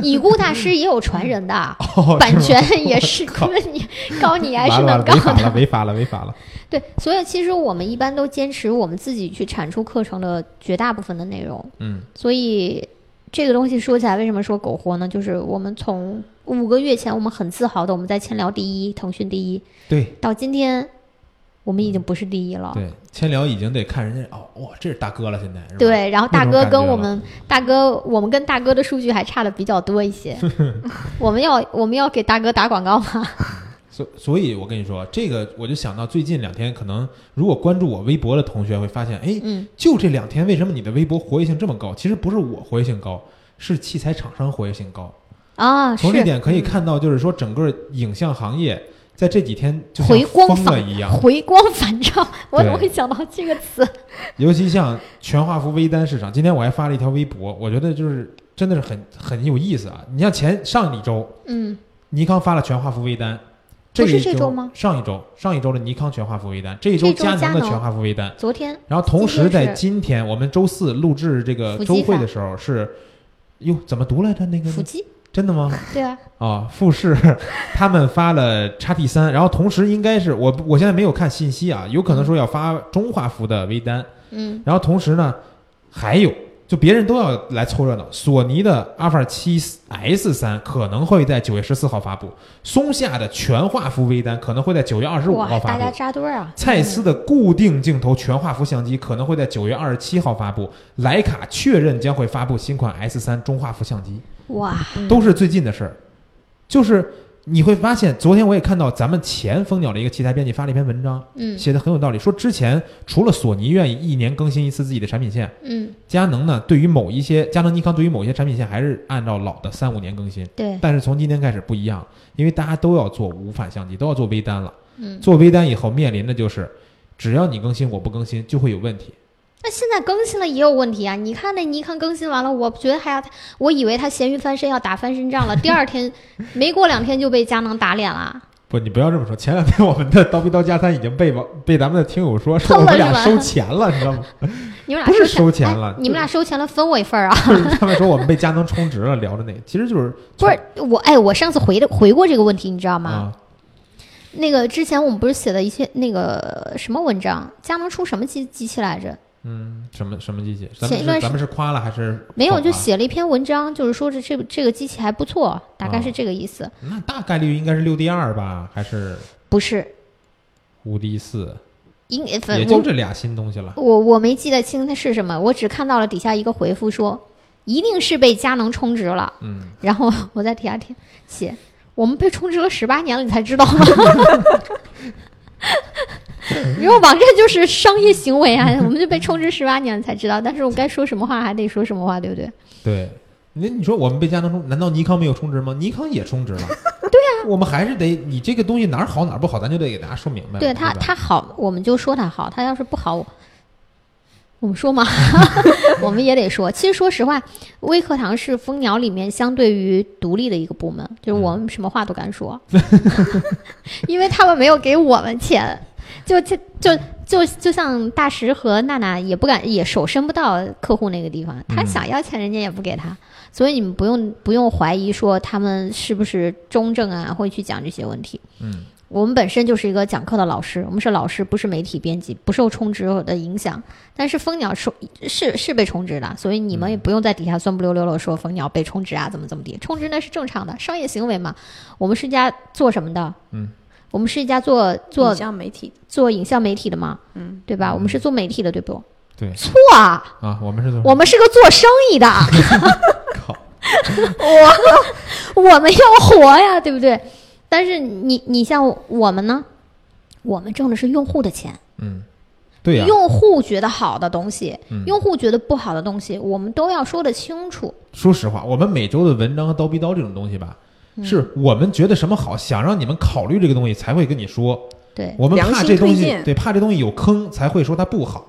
Speaker 2: 已故大师也有传人的
Speaker 1: 哦、
Speaker 2: 版
Speaker 1: 是吗
Speaker 2: 权也是，
Speaker 1: 靠
Speaker 2: 你告你还是
Speaker 1: 完了完
Speaker 2: 能
Speaker 1: 了，
Speaker 2: 告
Speaker 1: 违法了，
Speaker 2: 的。
Speaker 1: 违法了，违法了。
Speaker 2: 对，所以其实我们一般都坚持我们自己去产出课程的绝大部分的内容。
Speaker 1: 嗯
Speaker 2: 所以这个东西说起来，为什么说苟活呢？就是我们从五个月前，我们很自豪的我们在千聊第一，腾讯第一，，
Speaker 1: 对
Speaker 2: 到今天，我们已经
Speaker 1: 嗯
Speaker 2: 不是第一了。
Speaker 1: 对，千聊已经得看人家哦，哇，这是大哥了，现在是吧？
Speaker 2: 对，然后大
Speaker 1: 那
Speaker 2: 哥
Speaker 1: 种感觉嗯
Speaker 2: 跟我们大哥，我们跟大哥的数据还差的比较多 一些。我们要我们要给大哥打广告吗？
Speaker 1: 所所以，我跟你说，这个我就想到最近两天，可能如果关注我微博的同学会发现，哎，
Speaker 2: 嗯，
Speaker 1: 就这两天，为什么你的微博活跃性这么高？其实不是我活跃性高，是器材厂商活跃性高。
Speaker 2: 啊，
Speaker 1: 从这
Speaker 2: 是
Speaker 1: 点可以看到，就是说整个影像行业在这几天就像
Speaker 2: 回光
Speaker 1: 疯了
Speaker 2: 返
Speaker 1: 一 样，
Speaker 2: 回光返照，我
Speaker 1: 对
Speaker 2: 怎么会想到这个词？
Speaker 1: 尤其像全画幅微单市场，今天我还发了一条微博，我觉得就是真的是很很有意思啊！你像前上一周，
Speaker 2: 嗯，
Speaker 1: 尼康发了全画幅微单，
Speaker 2: 不是
Speaker 1: 一
Speaker 2: 这
Speaker 1: 周
Speaker 2: 周吗？
Speaker 1: 上一周，上一周的尼康全画幅微单，这一周
Speaker 2: 这周
Speaker 1: 佳能
Speaker 2: 佳
Speaker 1: 的
Speaker 2: 能
Speaker 1: 全画幅微单。
Speaker 2: 昨天
Speaker 1: 然后同时在
Speaker 2: 今天是
Speaker 1: 今天我们周四录制这个
Speaker 2: 伏
Speaker 1: 周
Speaker 2: 击
Speaker 1: 会
Speaker 2: 法
Speaker 1: 的时候是，哟，怎么读来着那个
Speaker 2: 腹肌，
Speaker 1: 真的吗？
Speaker 2: 对啊，
Speaker 1: 啊，富士他们发了叉 T 三，然后同时应该是我我现在没有看信息啊，有可能说要发中画幅的微单，
Speaker 2: 嗯
Speaker 1: 然后同时呢还有就别人都要来凑热闹，索尼的阿尔法七 S 三可能会在九月十四号发布，松下的全画幅微单可能会在九月二十五
Speaker 2: 哇，
Speaker 1: 号发
Speaker 2: 大
Speaker 1: 布
Speaker 2: 家。扎堆儿啊！
Speaker 1: 蔡司的固定镜头全画幅相机可能会在九月二十七号发布，徕卡确认将会发布新款 S 三中画幅相机。
Speaker 2: 哇，
Speaker 1: 都是最近的事儿。就是你会发现，昨天我也看到咱们前蜂鸟的一个器材编辑发了一篇文章，
Speaker 2: 嗯
Speaker 1: 写的很有道理，说之前除了索尼愿意一年更新一次自己的产品线，
Speaker 2: 嗯，
Speaker 1: 佳能呢对于某一些佳能、尼康对于某些产品线还是按照老的三五年更新。
Speaker 2: 对，
Speaker 1: 但是从今天开始不一样了，因为大家都要做无反相机，都要做微单了。
Speaker 2: 嗯
Speaker 1: 做微单以后面临的就是，只要你更新我不更新就会有问题。
Speaker 2: 那现在更新了也有问题啊！你看那尼康更新完了，我觉得还要，我以为他咸鱼翻身要打翻身 仗了，第二天没过两天就被佳能打脸了，
Speaker 1: 不，你不要这么说。前两天我们的刀逼刀加餐已经被网被咱们的听友说说
Speaker 2: 坑
Speaker 1: 我们
Speaker 2: 了
Speaker 1: 俩
Speaker 2: 是
Speaker 1: 收
Speaker 2: 吧
Speaker 1: 钱了，你知道吗？
Speaker 2: 你们
Speaker 1: 不
Speaker 2: 俩
Speaker 1: 是
Speaker 2: 收
Speaker 1: 收钱
Speaker 2: 哎
Speaker 1: 了
Speaker 2: 你们俩收钱了分我一份儿啊！
Speaker 1: 就是 他们说我们被佳能充值了，聊着那个，其实就是
Speaker 2: 不是我，哎，我上次回的回过这个问题，你知道吗？
Speaker 1: 啊，
Speaker 2: 那个之前我们不是写了一些那个什么文章，佳能出什么机机器来着？
Speaker 1: 嗯，什么什么机器？咱们
Speaker 2: 前一段
Speaker 1: 是
Speaker 2: 时
Speaker 1: 咱们是夸了还是
Speaker 2: 没
Speaker 1: 否
Speaker 2: 有，
Speaker 1: 啊
Speaker 2: 就写了一篇文章，就是说这这个这个机器还不错，大概
Speaker 1: 嗯
Speaker 2: 是这个意思。
Speaker 1: 那大概率应该是六 D 二吧，还是
Speaker 2: 不是，
Speaker 1: 五 D 四？
Speaker 2: 应反
Speaker 1: 也
Speaker 2: 我
Speaker 1: 就这俩新东西了。
Speaker 2: 我我没记得清它是什么，我只看到了底下一个回复说，一定是被佳能充值了。
Speaker 1: 嗯，
Speaker 2: 然后我在底下贴写，我们被充值了十八年了，你才知道吗？ 你说网站就是商业行为啊，我们就被充值十八年了才知道，但是我该说什么话还得说什么话，对不对？
Speaker 1: 对。那你说我们被佳能充，难道尼康没有充值吗？尼康也充 值了。对
Speaker 2: 啊
Speaker 1: 呀、我们还是得你这个东西哪儿好哪儿不好，咱就得给大家说明白了。
Speaker 2: 对
Speaker 1: 对
Speaker 2: 他
Speaker 1: 吧
Speaker 2: 他好，我们就说他好；他要是不好，我我 们说嘛， 我们也得说。其实说实话，微课堂是蜂鸟里面相对于独立的一个部门，就是
Speaker 1: 嗯
Speaker 2: 我们什么话都敢说，因为他们没有给我们钱。就就就就就像大石和娜娜也不敢，也手伸不到客户那个地方，他
Speaker 1: 嗯
Speaker 2: 想要钱人家也不给他，所以你们不用不用怀疑说他们是不是中正啊，会去讲这些问题。
Speaker 1: 嗯，
Speaker 2: 我们本身就是一个讲课的老师，我们是老师，不是媒体编辑，不受充值的影响。但是蜂鸟是是是被充值的，所以你
Speaker 1: 嗯
Speaker 2: 们也不用在底下酸不溜溜的说蜂鸟被充值啊，怎么怎么地，充值那是正常的商业行为嘛。我们是一家做什么的？
Speaker 1: 嗯，
Speaker 2: 我们是一家做
Speaker 3: 影
Speaker 2: 做
Speaker 3: 像媒体
Speaker 2: 做影像媒体的嘛，
Speaker 3: 嗯，
Speaker 2: 对吧？我们是做媒体的，对不？
Speaker 1: 对
Speaker 2: 错啊，
Speaker 1: 啊，我们是
Speaker 2: 我们是个做生意的。
Speaker 1: 靠，
Speaker 2: 我 们要活呀，对不对？但是你你像我们呢，我们挣的是用户的钱，
Speaker 1: 嗯，对呀、
Speaker 2: 用户觉得好的东西，
Speaker 1: 嗯
Speaker 2: 用户觉得不好的东西，我们都要说得清楚。
Speaker 1: 说实话，我们每周的文章和刀逼刀这种东西吧，
Speaker 2: 嗯
Speaker 1: 是我们觉得什么好，想让你们考虑这个东西才会跟你说。
Speaker 2: 对
Speaker 1: 我们怕
Speaker 3: 良心
Speaker 1: 这东
Speaker 3: 推
Speaker 1: 西，
Speaker 3: 荐
Speaker 1: 对，怕这东西有坑才会说它不好。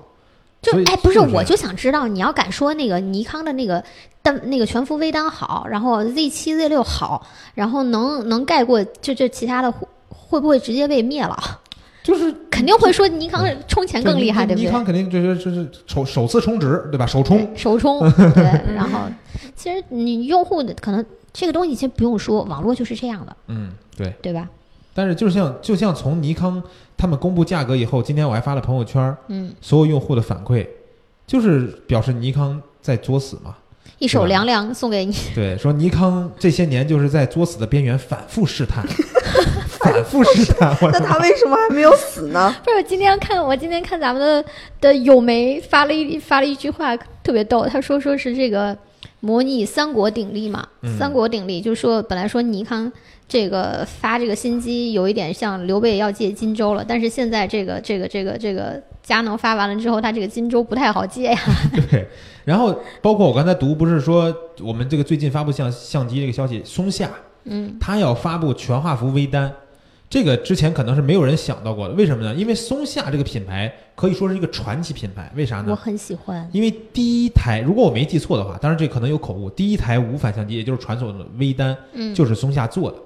Speaker 2: 就
Speaker 1: 所以
Speaker 2: 哎，不
Speaker 1: 是
Speaker 2: 是，
Speaker 1: 不是
Speaker 2: 我就想知道，你要敢说那个尼康的那个单那个全幅微单好，然后 Z 七 Z 六好，然后能能盖过就这其他的，会会不会直接被灭了？
Speaker 1: 就是
Speaker 2: 肯定会说尼康充钱更厉害，对
Speaker 1: 尼尼
Speaker 2: 不对？
Speaker 1: 康肯定就是就是首首次充值，对吧？首充，
Speaker 2: 对首 充，对，然后其实你用户的可能这个东西其实不用说，网络就是这样的，
Speaker 1: 嗯，对。
Speaker 2: 对吧？
Speaker 1: 但是就像就像从尼康他们公布价格以后，今天我还发了朋友圈，
Speaker 2: 嗯，
Speaker 1: 所有用户的反馈就是表示尼康在作死嘛，
Speaker 2: 一手凉凉送给你，
Speaker 1: 对，说尼康这些年就是在作死的边缘反复试 探，反复试探，我
Speaker 3: 那他为什么还没有死呢？
Speaker 2: 不是，我今天看我今天看咱们的的友媒发了一发了一句话，特别逗。他说说是这个模拟三国鼎立嘛，
Speaker 1: 嗯
Speaker 2: 三国鼎立就说本来说尼康这个发这个新机有一点像刘备要借荆州了，但是现在这个这个这个这个佳能发完了之后，他这个荆州不太好借呀。
Speaker 1: 对，然后包括我刚才读，不是说我们这个最近发布相相机这个消息，松下
Speaker 2: 嗯，
Speaker 1: 它要发布全画幅微单，这个之前可能是没有人想到过的，为什么呢？因为松下这个品牌可以说是一个传奇品牌，为啥
Speaker 2: 嗯我
Speaker 1: 呢？
Speaker 2: 很喜欢。
Speaker 1: 因为第一台，如果我没记错的话，当然这可能有口误，第一台无反相机，也就是传统的微单，
Speaker 2: 嗯，
Speaker 1: 就是松下做的。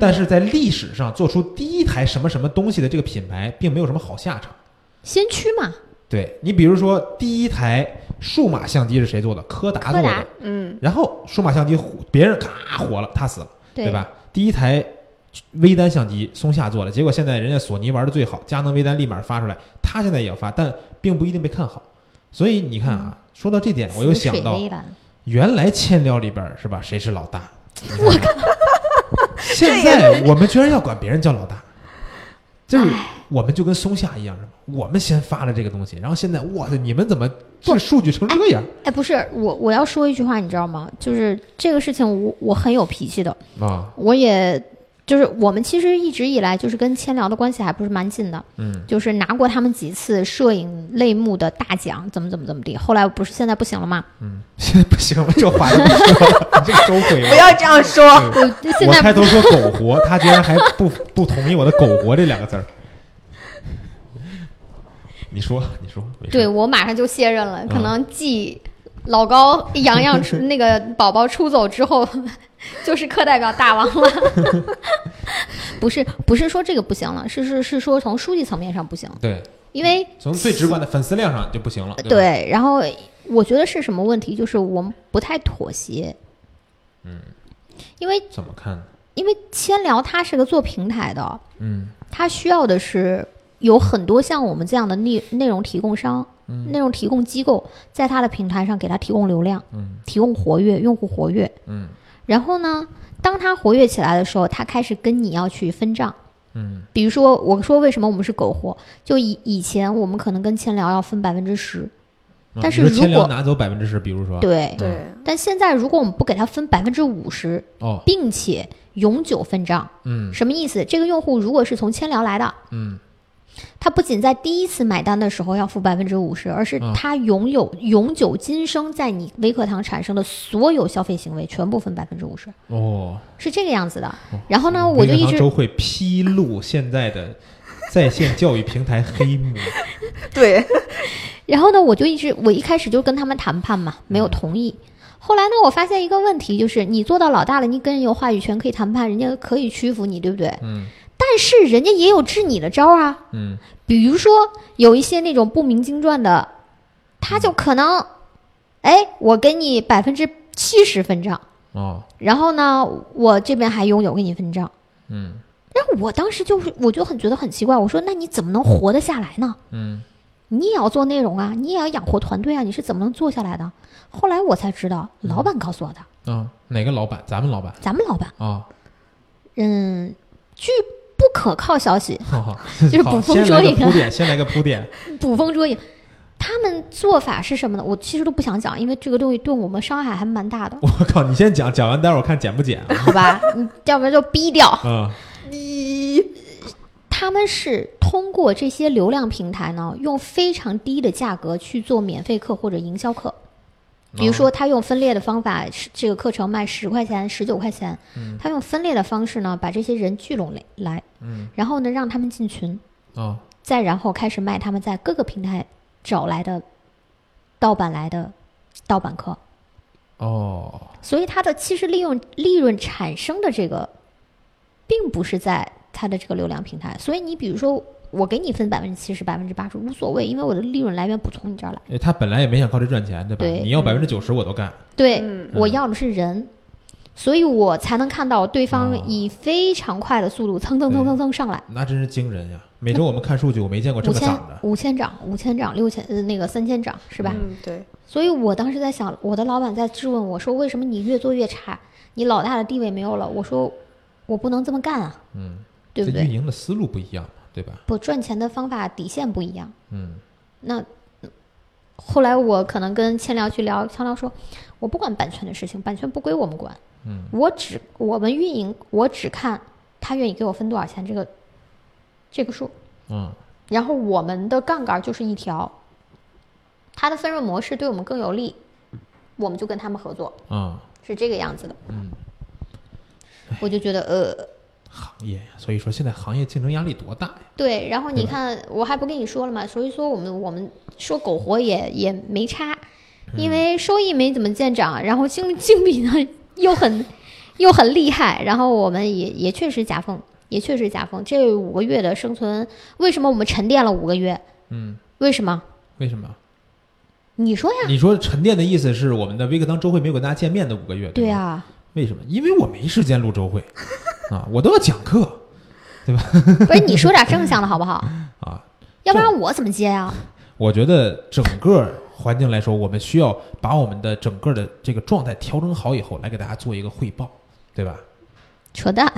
Speaker 1: 但是在历史上做出第一台什么什么东西的这个品牌，并没有什么好下场。
Speaker 2: 先驱嘛，
Speaker 1: 对你，比如说第一台数码相机是谁做的？柯达做
Speaker 2: 柯达
Speaker 1: 的。
Speaker 3: 嗯，
Speaker 1: 然后数码相机火，别人咔火了，他死了，
Speaker 2: 对
Speaker 1: 对？吧？第一台微单相机松下做了，结果现在人家索尼玩的最好，佳能微单立马发出来，他现在也要发，但并不一定被看好。所以你看啊，说到这点，我又
Speaker 2: 死
Speaker 1: 想
Speaker 2: 水
Speaker 1: 到
Speaker 2: 微澜
Speaker 1: 原来千聊里边儿是吧，谁是老大？我靠！ 现在我们居然要管别人叫老大，就是我们就跟松下一样，是吧？我们先发了这个东西，然后现在哇塞，你们怎么这数据成这样？
Speaker 2: 哎，不是我，我要说一句话，你知道吗？就是这个事情我，我很有脾气的。
Speaker 1: 啊，
Speaker 2: 我也就是我们其实一直以来就是跟千聊的关系还不是蛮近的，
Speaker 1: 嗯，
Speaker 2: 就是拿过他们几次摄影类目的大奖，怎么怎么怎么地。后来不是现在不行了吗？
Speaker 1: 现在不行了，这话就不说了，你这个收回
Speaker 3: 不
Speaker 1: 吧。
Speaker 3: 要这样说。
Speaker 2: 我 现
Speaker 1: 我
Speaker 2: 在
Speaker 1: 开头说苟活，他居然还不 不同意我的“苟活”这两个字儿。你说，你说，没事
Speaker 2: 对我马上就卸任了，可
Speaker 1: 嗯
Speaker 2: 能继老 高、洋洋出那个宝宝出走之后， 就是课代表大王了。 不是不是说这个不行了，是是是说从书记层面上不行，
Speaker 1: 对，
Speaker 2: 因为
Speaker 1: 从最直观的粉丝量上就不行了。吧，
Speaker 2: 对，然后我觉得是什么问题？就是我们不太妥协。嗯，因为
Speaker 1: 怎么看？
Speaker 2: 因为千聊它是个做平台的，
Speaker 1: 嗯，
Speaker 2: 它需要的是有很多像我们这样的内内容提供商、
Speaker 1: 嗯
Speaker 2: 内容提供机构，在它的平台上给它提供流量，
Speaker 1: 嗯，
Speaker 2: 提供活跃用户活跃，
Speaker 1: 嗯，
Speaker 2: 然后呢，当它活跃起来的时候，它开始跟你要去分账。
Speaker 1: 嗯，
Speaker 2: 比如说，我说为什么我们是苟活？就以以前我们可能跟千聊要分百分之十，
Speaker 1: 啊
Speaker 2: 但
Speaker 1: 你
Speaker 2: 是
Speaker 1: 说
Speaker 2: 如
Speaker 1: 千聊
Speaker 2: 果
Speaker 1: 拿走百分之十，比如说，
Speaker 2: 对，
Speaker 3: 对，
Speaker 2: 但现在如果我们不给它分百分之五十，
Speaker 1: 哦，
Speaker 2: 并且永久分账，
Speaker 1: 嗯
Speaker 2: 什么意思？这个用户如果是从千聊来的，
Speaker 1: 嗯，
Speaker 2: 他不仅在第一次买单的时候要付百分之五十，而是
Speaker 1: 嗯
Speaker 2: 他拥有、永久今生在你微课堂产生的所有消费行为全部分百分之五十，
Speaker 1: 哦，
Speaker 2: 是这个样子的。然后呢，
Speaker 1: 嗯
Speaker 2: 我就
Speaker 1: 微
Speaker 2: 一
Speaker 1: 课堂
Speaker 2: 直
Speaker 1: 周会披露现在的在线教育平台黑 幕，
Speaker 3: 对，
Speaker 2: 然后呢，我就一直我一开始就跟他们谈判嘛，没有同意。后来呢，我发现一个问题，就是你做到老大了，你跟人有话语权，可以谈判，人家可以屈服你，对不对？
Speaker 1: 嗯。
Speaker 2: 但是人家也有治你的招儿啊，
Speaker 1: 嗯，
Speaker 2: 比如说有一些那种不明经传的，他就可能，哎，我给你百分之七十分账，
Speaker 1: 哦，
Speaker 2: 然后呢，我这边还拥有给你分账。
Speaker 1: 嗯
Speaker 2: 然后我当时就是，我就很觉得很奇怪，我说那你怎么能活得下来呢？
Speaker 1: 嗯
Speaker 2: 你也要做内容啊，你也要养活团队啊，你是怎么能做下来的？后来我才知道，老板告诉我的，
Speaker 1: 啊、哪个老板？咱们老板
Speaker 2: 咱们老板，
Speaker 1: 啊，
Speaker 2: 嗯，据不可靠消息，
Speaker 1: 好好，
Speaker 2: 就是
Speaker 1: 好
Speaker 2: 捕风
Speaker 1: 先
Speaker 2: 捉
Speaker 1: 来个
Speaker 2: 影啊
Speaker 1: 铺垫，先来个铺垫，，
Speaker 2: 捕风捉影，他们做法是什么呢？我其实都不想讲，因为这个东西对我们伤害还蛮大的
Speaker 1: 我靠，你先讲，讲完待会儿我看剪不剪啊？
Speaker 2: 好吧？你要不然就逼掉。
Speaker 1: 嗯
Speaker 3: 一
Speaker 2: 他们是通过这些流量平台呢，用非常低的价格去做免费课或者营销课。比如说，他用分裂的方法，是这个课程卖十块钱、十九块钱，他用分裂的方式呢，把这些人聚拢来来，
Speaker 1: 嗯
Speaker 2: 然后呢让他们进群，
Speaker 1: 啊、哦
Speaker 2: 再然后开始卖他们在各个平台找来的盗版来的盗版课，
Speaker 1: 哦，
Speaker 2: 所以它的其实利用利润产生的这个，并不是在它的这个流量平台。所以你比如说，我给你分百分之七十、百分之八十无所谓，因为我的利润来源不从你这儿来。
Speaker 1: 哎他本来也没想靠这赚钱，对吧？
Speaker 2: 对
Speaker 1: 你要
Speaker 3: 嗯
Speaker 1: 百分之九十我都干。
Speaker 2: 对、
Speaker 3: 嗯
Speaker 2: 我要的是人，所以我才能看到对方
Speaker 1: 哦
Speaker 2: 以非常快的速度蹭蹭蹭蹭蹭上来。
Speaker 1: 那真是惊人呀！每周我们看数据，我没见过这
Speaker 2: 五
Speaker 1: 么
Speaker 2: 千
Speaker 1: 涨的。
Speaker 2: 五千涨，五千涨，六千呃那个三千涨是吧？
Speaker 3: 嗯，对，
Speaker 2: 所以我当时在想，我的老板在质问我说：“为什么你越做越差？你老大的地位没有了？”我说：“我不能这么干啊，
Speaker 1: 嗯，
Speaker 2: 对不
Speaker 1: 这运
Speaker 2: 对？
Speaker 1: 营的思路不一样嘛，对吧？
Speaker 2: 不赚钱的方法底线不一样。
Speaker 1: 嗯，
Speaker 2: 那”后来我可能跟千聊去聊，千聊说：“我不管版权的事情，版权不归我们管。
Speaker 1: 嗯，
Speaker 2: 我只我们运营，我只看他愿意给我分多少钱这个这个数。
Speaker 1: 嗯，
Speaker 2: 然后我们的杠杆就是一条，它的分润模式对我们更有利，我们就跟他们合作。”
Speaker 1: 啊、
Speaker 2: 是这个样子的。
Speaker 1: 嗯，
Speaker 2: 我就觉得呃，
Speaker 1: 行业呀，所以说现在行业竞争压力多大呀？
Speaker 2: 对。然后你
Speaker 1: 对吧
Speaker 2: 看，我还不跟你说了嘛，所以说我们我们说苟活也也没差，
Speaker 1: 嗯
Speaker 2: 因为收益没怎么见涨，然后竞竞比呢又很又很厉害，然后我们也也确实夹缝，也确实夹缝。这五个月的生存，为什么我们沉淀了五个月？
Speaker 1: 嗯，
Speaker 2: 为什么？
Speaker 1: 为什么？
Speaker 2: 你说呀？
Speaker 1: 你说沉淀的意思是我们的微课堂周会没有跟大家见面的五个月，
Speaker 2: 对
Speaker 1: 吧？
Speaker 2: 啊，
Speaker 1: 为什么？因为我没时间录周会啊，我都要讲课
Speaker 2: 不是你说点正向的好不好？
Speaker 1: 啊。
Speaker 2: 要不然我怎么接啊？
Speaker 1: 我觉得整个环境来说，我们需要把我们的整个的这个状态调整好以后，来给大家做一个汇报，对吧？
Speaker 2: 扯淡，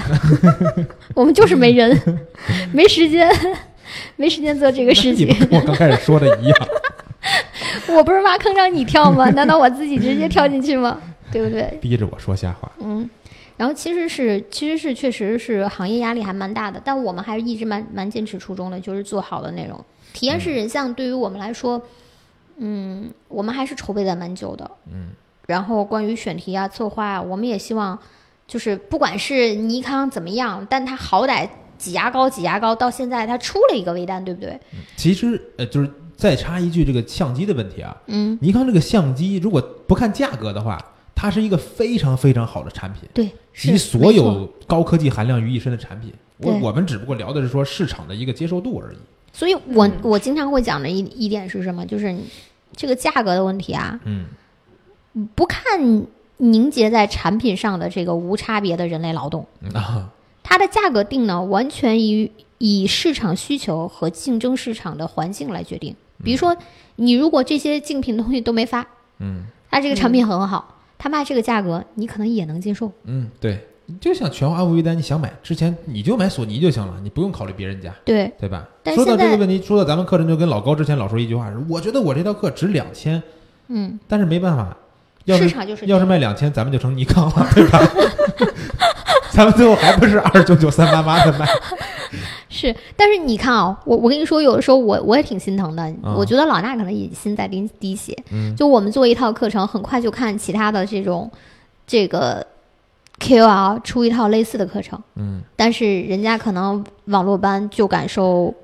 Speaker 2: 我们就是没人， 没时间， 没时间做这个事
Speaker 1: 你
Speaker 2: 情。
Speaker 1: 们跟我刚开始说的一样。
Speaker 2: 我不是挖坑让你跳 吗？难道我自己直接跳进去 吗？对不对？
Speaker 1: 逼着我说瞎话。
Speaker 2: 嗯，然后其实是其实是确实是行业压力还蛮大的，但我们还是一直蛮蛮坚持初衷的，就是做好的内容。体验式人像对于我们来说，嗯，我们还是筹备的蛮久的，嗯。然后关于选题啊、策划啊，我们也希望就是不管是尼康怎么样，但它好歹挤牙膏挤牙膏，到现在它出了一个微单，对不对？
Speaker 1: 其实呃，就是再插一句这个相机的问题啊，
Speaker 2: 嗯，
Speaker 1: 尼康这个相机如果不看价格的话，它是一个非常非常好的产品，
Speaker 2: 对，
Speaker 1: 集
Speaker 2: 是
Speaker 1: 所。
Speaker 2: 没错
Speaker 1: 有高科技含量于一身的产品。我
Speaker 2: 对
Speaker 1: 我们只不过聊的是说市场的一个接受度而已。
Speaker 2: 所以我
Speaker 1: 嗯
Speaker 2: 我经常会讲的一一点是什么？就是你这个价格的问题啊，
Speaker 1: 嗯，
Speaker 2: 不看凝结在产品上的这个无差别的人类劳动，
Speaker 1: 啊，
Speaker 2: 它的价格定呢，完全以以市场需求和竞争市场的环境来决定。比如说，你如果这些竞品东西都没发，
Speaker 1: 嗯
Speaker 2: 它这个产品很好，它卖这个价格，你可能也能接受。
Speaker 1: 嗯，对，你就像全华为单，你想买之前你就买索尼就行了，你不用考虑别人家，
Speaker 2: 对，
Speaker 1: 对吧？
Speaker 2: 但
Speaker 1: 说到
Speaker 2: 现在
Speaker 1: 这个问题，说到咱们课程，就跟老高之前老说一句话是，我觉得我这套课值两千，
Speaker 2: 嗯，
Speaker 1: 但是没办法，要是
Speaker 2: 市场就是这
Speaker 1: 要
Speaker 2: 样
Speaker 1: 是卖两千，咱们就成尼康了，对吧？ 咱们最后还不是二九九三八八的卖？
Speaker 2: 是，但是你看啊、我我跟你说，有的时候我我也挺心疼的。
Speaker 1: 啊
Speaker 2: 我觉得老衲可能也心在滴滴血。
Speaker 1: 嗯
Speaker 2: 就我们做一套课程，很快就看其他的这种这个 KOL 出一套类似的课程，
Speaker 1: 嗯
Speaker 2: 但是人家可能网络班就感受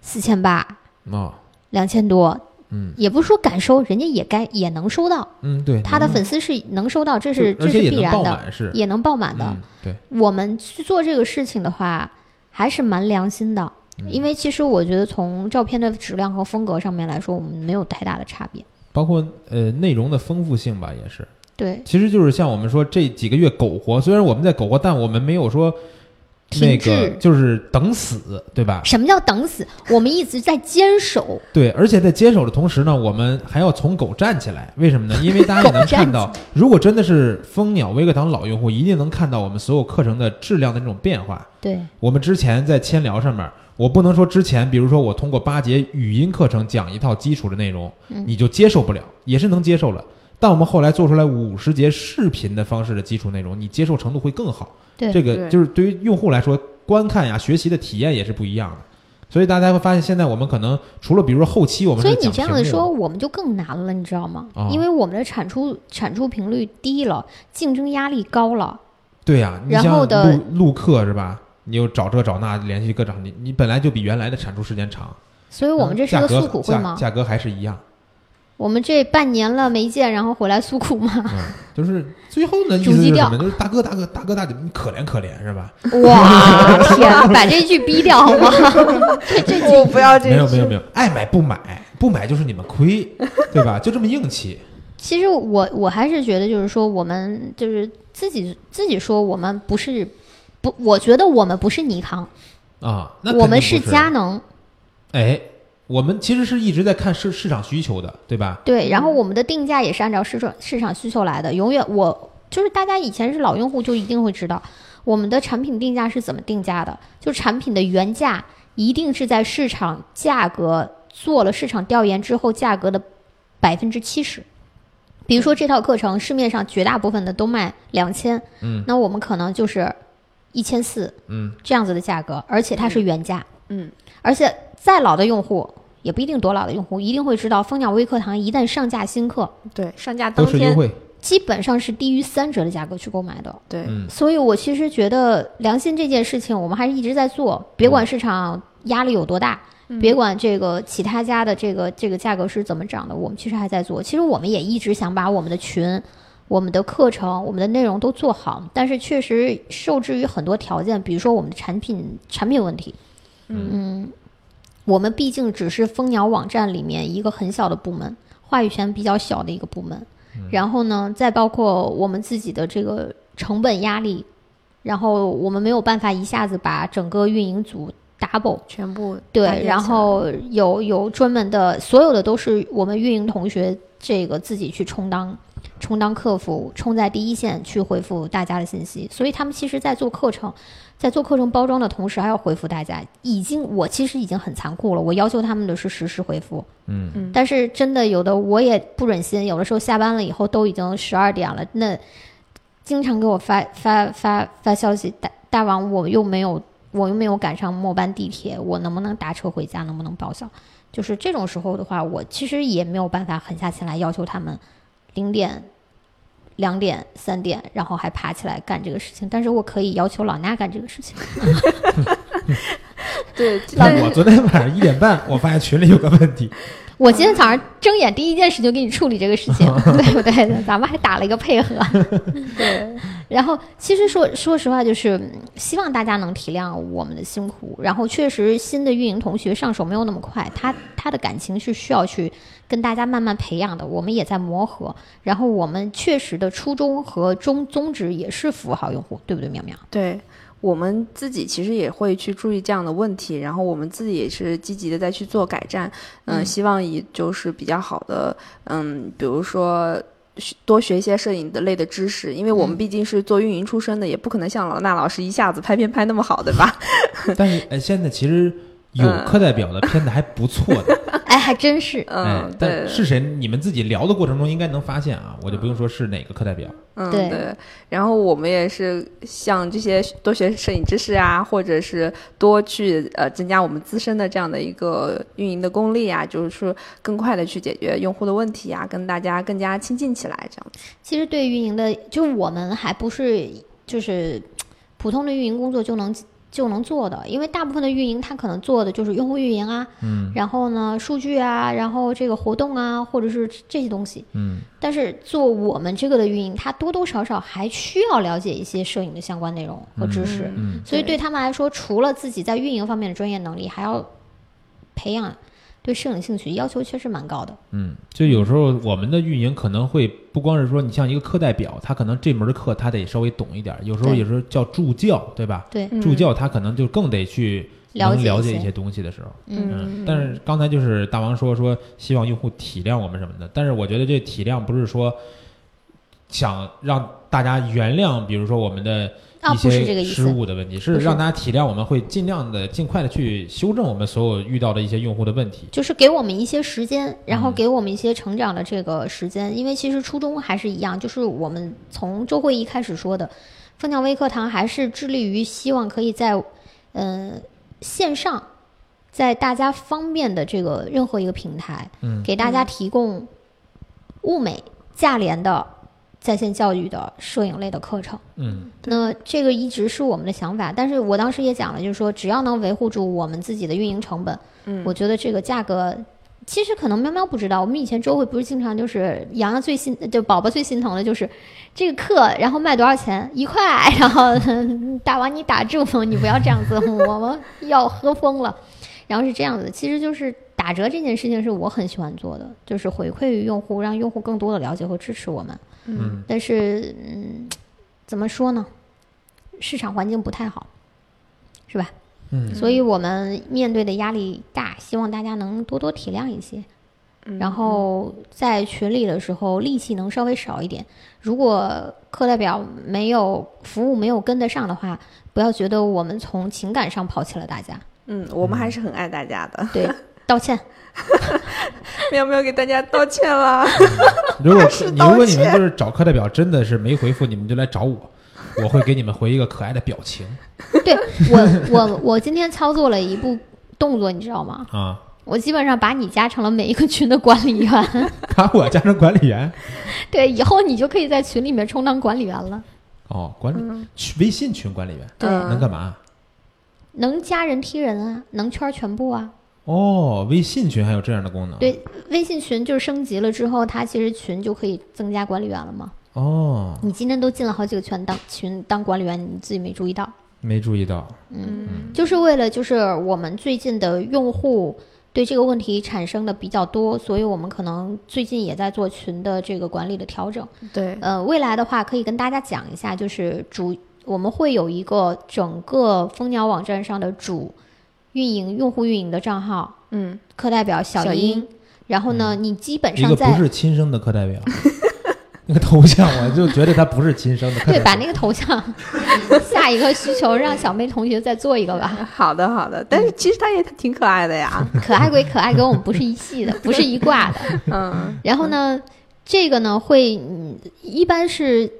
Speaker 2: 四千八、
Speaker 1: 哦，
Speaker 2: 两千多，
Speaker 1: 嗯
Speaker 2: 也不是说感收，人家也该也能收到，
Speaker 1: 嗯，对，
Speaker 2: 他的
Speaker 1: 能
Speaker 2: 粉丝是能收到，这
Speaker 1: 就是
Speaker 2: 这
Speaker 1: 而且
Speaker 2: 是
Speaker 1: 也
Speaker 2: 必
Speaker 1: 能
Speaker 2: 然
Speaker 1: 爆
Speaker 2: 的，
Speaker 1: 满是
Speaker 2: 也能爆满的。
Speaker 1: 嗯，对，
Speaker 2: 我们去做这个事情的话，还是蛮良心的，
Speaker 1: 嗯
Speaker 2: 因为其实我觉得从照片的质量和风格上面来说，我们没有太大的差别。
Speaker 1: 包括呃内容的丰富性吧，也是，
Speaker 2: 对，
Speaker 1: 其实就是像我们说这几个月苟活，虽然我们在苟活，但我们没有说那
Speaker 2: 停
Speaker 1: 个
Speaker 2: 滞
Speaker 1: 就是等死，对吧？
Speaker 2: 什么叫等死？我们一直在坚守。
Speaker 1: 对，而且在坚守的同时呢，我们还要从狗站起来。为什么呢？因为大家也能
Speaker 2: 狗站
Speaker 1: 看到，如果真的是蜂鸟微课堂老用户，一定能看到我们所有课程的质量的那种变化。
Speaker 2: 对，
Speaker 1: 我们之前在千聊上面，我不能说之前，比如说我通过八节语音课程讲一套基础的内容，
Speaker 2: 嗯
Speaker 1: 你就接受不了，也是能接受了。但我们后来做出来五十节视频的方式的基础内容，你接受程度会更好。
Speaker 2: 对
Speaker 1: 这个
Speaker 3: 对
Speaker 1: 就是对于用户来说，观看呀、学习的体验也是不一样的。所以大家会发现，现在我们可能除了比如说后期我们
Speaker 2: 所
Speaker 1: 是
Speaker 2: 以你
Speaker 1: 讲
Speaker 2: 这样
Speaker 1: 屏
Speaker 2: 子
Speaker 1: 幕
Speaker 2: 说，，我们就更难了，你知道吗？
Speaker 1: 啊
Speaker 2: 因为我们的产出产出频率低了，竞争压力高了。
Speaker 1: 对呀、你
Speaker 2: 然
Speaker 1: 像
Speaker 2: 后的
Speaker 1: 录录课是吧？你又找这找那，连续各找你，你本来就比原来的产出时间长，嗯
Speaker 2: 所以我们这是
Speaker 1: 价
Speaker 2: 个
Speaker 1: 格
Speaker 2: 诉苦会
Speaker 1: 价
Speaker 2: 吗？
Speaker 1: 价格还是一样，
Speaker 2: 我们这半年了没见，然后回来诉苦嘛。
Speaker 1: 嗯，就是最后呢，意
Speaker 2: 主
Speaker 1: 思
Speaker 2: 基
Speaker 1: 是什
Speaker 2: 调
Speaker 1: 么？就是大哥，大哥，大哥，大姐，你可怜可怜是吧？
Speaker 2: 哇， 天，把这一句逼掉好吗？这这
Speaker 3: 我不要这
Speaker 1: 没有
Speaker 3: 句
Speaker 1: 没有没有，爱买不买，不买就是你们亏，对吧？就这么硬气。
Speaker 2: 其实我我还是觉得，就是说我们就是自己自己说，我们不是不，我觉得我们不是尼康，
Speaker 1: 啊，那肯
Speaker 2: 我
Speaker 1: 定
Speaker 2: 们
Speaker 1: 不
Speaker 2: 是
Speaker 1: 是
Speaker 2: 佳能，
Speaker 1: 哎，我们其实是一直在看市市场需求的，对吧？
Speaker 2: 对，然后我们的定价也是按照市场市场需求来的，永远我就是大家以前是老用户就一定会知道，我们的产品定价是怎么定价的，就产品的原价一定是在市场价格做了市场调研之后价格的百分之七十。比如说这套课程，市面上绝大部分的都卖两千，
Speaker 1: 嗯，
Speaker 2: 那我们可能就是一千四
Speaker 1: 嗯，
Speaker 2: 这样子的价格，而且它是原价，
Speaker 3: 嗯，
Speaker 2: 而且再老的用户也不一定多老的用户一定会知道，蜂鸟微课堂一旦上架新课，
Speaker 3: 对上架当
Speaker 1: 都是优
Speaker 3: 天
Speaker 1: 惠。
Speaker 2: 基本上是低于三折的价格去购买的。
Speaker 3: 对
Speaker 1: 嗯
Speaker 2: 所以我其实觉得良心这件事情，我们还是一直在
Speaker 1: 嗯
Speaker 2: 做，别管市场压力有多大。别管这个其他家的这个这个价格是怎么涨的，我们其实还在做。其实我们也一直想把我们的群、我们的课程、我们的内容都做好，但是确实受制于很多条件，比如说我们的产品产品问题。
Speaker 1: 嗯
Speaker 2: 我们毕竟只是蜂鸟网站里面一个很小的部门，话语权比较小的一个部门。
Speaker 1: 嗯
Speaker 2: 然后呢，再包括我们自己的这个成本压力，然后我们没有办法一下子把整个运营组 double
Speaker 3: 全部搭建
Speaker 2: 对，
Speaker 3: 起
Speaker 2: 然
Speaker 3: 来
Speaker 2: 后有有专门的，所有的都是我们运营同学这个自己去充当。充当客服，冲在第一线去回复大家的信息，所以他们其实在做课程，在做课程包装的同时，还要回复大家。已经，我其实已经很残酷了，我要求他们的是实时回复，
Speaker 1: 嗯
Speaker 2: 但是真的有的我也不忍心，有的时候下班了以后都已经十二点了，那经常给我发发发发消息，大大王我又没有我又没有赶上末班地铁，我能不能打车回家，能不能报销？就是这种时候的话，我其实也没有办法狠下心来要求他们零点、两点、三点，然后还爬起来干这个事情，但是我可以要求老衲干这个事情。
Speaker 3: 对，
Speaker 1: 那
Speaker 3: 但
Speaker 1: 我
Speaker 3: 是
Speaker 1: 昨天晚上一点半，我发现群里有个问题，
Speaker 2: 我今天早上睁眼第一件事就给你处理这个事情，对不对？咱们还打了一个配合。
Speaker 3: 对
Speaker 2: 然后，其实说说实话，就是嗯希望大家能体谅我们的辛苦。然后，确实新的运营同学上手没有那么快，他他的感情是需要去跟大家慢慢培养的。我们也在磨合，然后我们确实的初衷和中宗旨也是服务好用户，对不对，淼淼？
Speaker 3: 对，我们自己其实也会去注意这样的问题，然后我们自己也是积极的在去做改善，嗯，
Speaker 2: 嗯
Speaker 3: 希望以就是比较好的，嗯，比如说。学多学一些摄影的类的知识，因为我们
Speaker 2: 嗯
Speaker 3: 毕竟是做运营出身的，也不可能像老衲老师一下子拍片拍那么好，对吧？
Speaker 1: 但是哎，现在其实有
Speaker 3: 嗯
Speaker 1: 课代表的片子还不错的，
Speaker 2: 哎，还真是。
Speaker 1: 哎
Speaker 3: 嗯，，对
Speaker 1: 但，是谁？你们自己聊的过程中应该能发现啊，我就不用说是哪个课代表，
Speaker 3: 嗯，
Speaker 2: 对
Speaker 3: 对。然后我们也是像这些多学摄影知识啊，或者是多去呃增加我们自身的这样的一个运营的功力啊，就是说更快的去解决用户的问题啊，跟大家更加亲近起来，这样子。
Speaker 2: 其实对运营的，就我们还不是就是普通的运营工作就能就能做的，因为大部分的运营他可能做的就是用户运营啊，
Speaker 1: 嗯
Speaker 2: 然后呢数据啊，然后这个活动啊，或者是这些东西。
Speaker 1: 嗯，
Speaker 2: 但是做我们这个的运营，他多多少少还需要了解一些摄影的相关内容和知识，
Speaker 1: 嗯
Speaker 2: 所以对他们来说，除了自己在运营方面的专业能力，还要培养对摄影兴趣，要求确实蛮高的。
Speaker 1: 嗯，就有时候我们的运营可能会不光是说你像一个课代表，他可能这门课他得稍微懂一点儿，有时候
Speaker 2: 对
Speaker 1: 有时候叫助教，对吧？
Speaker 2: 对，
Speaker 1: 助教他可能就更得去
Speaker 2: 了
Speaker 1: 能
Speaker 2: 解
Speaker 1: 了
Speaker 2: 一
Speaker 1: 解
Speaker 2: 些
Speaker 1: 一些东西的时候，
Speaker 2: 嗯
Speaker 1: 嗯，但是刚才就是大王说说希望用户体谅我们什么的，但是我觉得这体谅不是说想让大家原谅，比如说我们的
Speaker 2: 啊，
Speaker 1: 一
Speaker 2: 不是这
Speaker 1: 些
Speaker 2: 个意
Speaker 1: 失
Speaker 2: 思。
Speaker 1: 误的问题，是
Speaker 2: 不是
Speaker 1: 让大家体谅我们会尽量的尽快的去修正我们所有遇到的一些用户的问题。
Speaker 2: 就是给我们一些时间，然后
Speaker 1: 嗯
Speaker 2: 给我们一些成长的这个时间，因为其实初衷还是一样，就是我们从周会议开始说的，蜂鸟微课堂还是致力于希望可以在，嗯、线上，在大家方便的这个任何一个平台，
Speaker 1: 嗯
Speaker 2: 给大家提供物美价廉的在线教育的摄影类的课程。
Speaker 1: 嗯
Speaker 2: 那这个一直是我们的想法，但是我当时也讲了，就是说只要能维护住我们自己的运营成本，
Speaker 3: 嗯
Speaker 2: 我觉得这个价格其实可能喵喵不知道，我们以前周会不是经常就是洋洋最心就宝宝最心疼的就是这个课，然后卖多少钱一块，然后大王你打住，你不要这样子，我们要喝疯了。然后是这样子，其实就是打折这件事情是我很喜欢做的，就是回馈于用户，让用户更多的了解和支持我们。
Speaker 1: 嗯
Speaker 2: 但是，嗯，怎么说呢？市场环境不太好，是吧？
Speaker 1: 嗯
Speaker 2: 所以我们面对的压力大，希望大家能多多体谅一些。
Speaker 3: 嗯
Speaker 2: 然后在群里的时候力气能稍微少一点。如果课代表没有服务没有跟得上的话，不要觉得我们从情感上抛弃了大家。
Speaker 3: 嗯，我们还是很爱大家的，
Speaker 2: 对，道歉。
Speaker 3: 喵喵给大家道歉啦。
Speaker 1: 如果
Speaker 3: 是
Speaker 1: 你
Speaker 3: 道
Speaker 1: 如果你们
Speaker 3: 歉
Speaker 1: 就是找课代表真的是没回复，你们就来找我，我会给你们回一个可爱的表情
Speaker 2: 对我我我今天操作了一步动作，你知道吗？
Speaker 1: 啊，
Speaker 2: 我基本上把你加成了每一个群的管理员。
Speaker 1: 把我加成管理员
Speaker 2: 对，以后你就可以在群里面充当管理员了。
Speaker 1: 哦，管理
Speaker 2: 嗯
Speaker 1: 群微信群管理员
Speaker 2: 对
Speaker 3: 嗯
Speaker 1: 能干嘛？
Speaker 2: 能加人踢人啊，能圈全部啊。
Speaker 1: 哦，微信群还有这样的功能？，
Speaker 2: 对，微信群就是升级了之后，它其实群就可以增加管理员了嘛。
Speaker 1: 哦，
Speaker 2: 你今天都进了好几个群当群当管理员，你自己没注意到，
Speaker 1: 没注意到，
Speaker 3: 嗯
Speaker 2: 就是为了就是我们最近的用户对这个问题产生的比较多，所以我们可能最近也在做群的这个管理的调整。
Speaker 3: 对，
Speaker 2: 呃，未来的话可以跟大家讲一下，就是主我们会有一个整个蜂鸟网站上的主运营用户运营的账号，
Speaker 3: 嗯，
Speaker 2: 课代表小
Speaker 3: 小
Speaker 2: 英
Speaker 3: 英。
Speaker 2: 然后呢，你基本
Speaker 1: 嗯一
Speaker 2: 上
Speaker 1: 个不
Speaker 2: 在
Speaker 1: 是亲生的课代表， 那个头像我就觉得他不是亲生的课
Speaker 2: 对
Speaker 1: 代
Speaker 2: 把
Speaker 1: 表。
Speaker 2: 那个头像 下一个需求让小妹同学再做一 个吧。
Speaker 3: 好的好的，但是其实他也挺可爱的呀，
Speaker 2: 可爱归可爱，跟我们不是一 系的，不是一挂的。
Speaker 3: 嗯
Speaker 2: 然后呢，这个呢会嗯一般是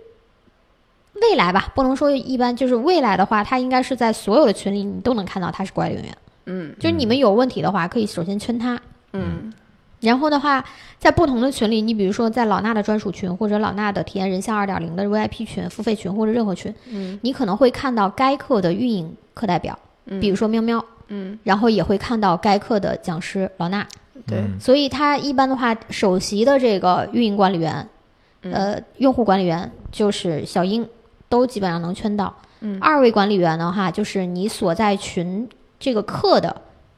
Speaker 2: 未来吧，不能说一般，就是未来的话，它应该是在所有的群里你都能看到他是管理员。
Speaker 3: 嗯
Speaker 2: 就是你们有问题的话，可以首先圈他。
Speaker 3: 嗯
Speaker 2: 然后的话，在不同的群里，你比如说在老衲的专属群，或者老衲的体验人像二点零的 VIP 群、付费群或者任何群，
Speaker 3: 嗯
Speaker 2: 你可能会看到该课的运营课代表，
Speaker 3: 嗯
Speaker 2: 比如说喵喵，
Speaker 3: 嗯，
Speaker 2: 然后也会看到该课的讲师老衲。
Speaker 3: 对，
Speaker 1: 嗯
Speaker 2: 所以他一般的话，首席的这个运营管理员，
Speaker 3: 嗯
Speaker 2: 呃，用户管理员就是小英，都基本上能圈到。
Speaker 3: 嗯
Speaker 2: 二位管理员的话，就是你所在群这个课的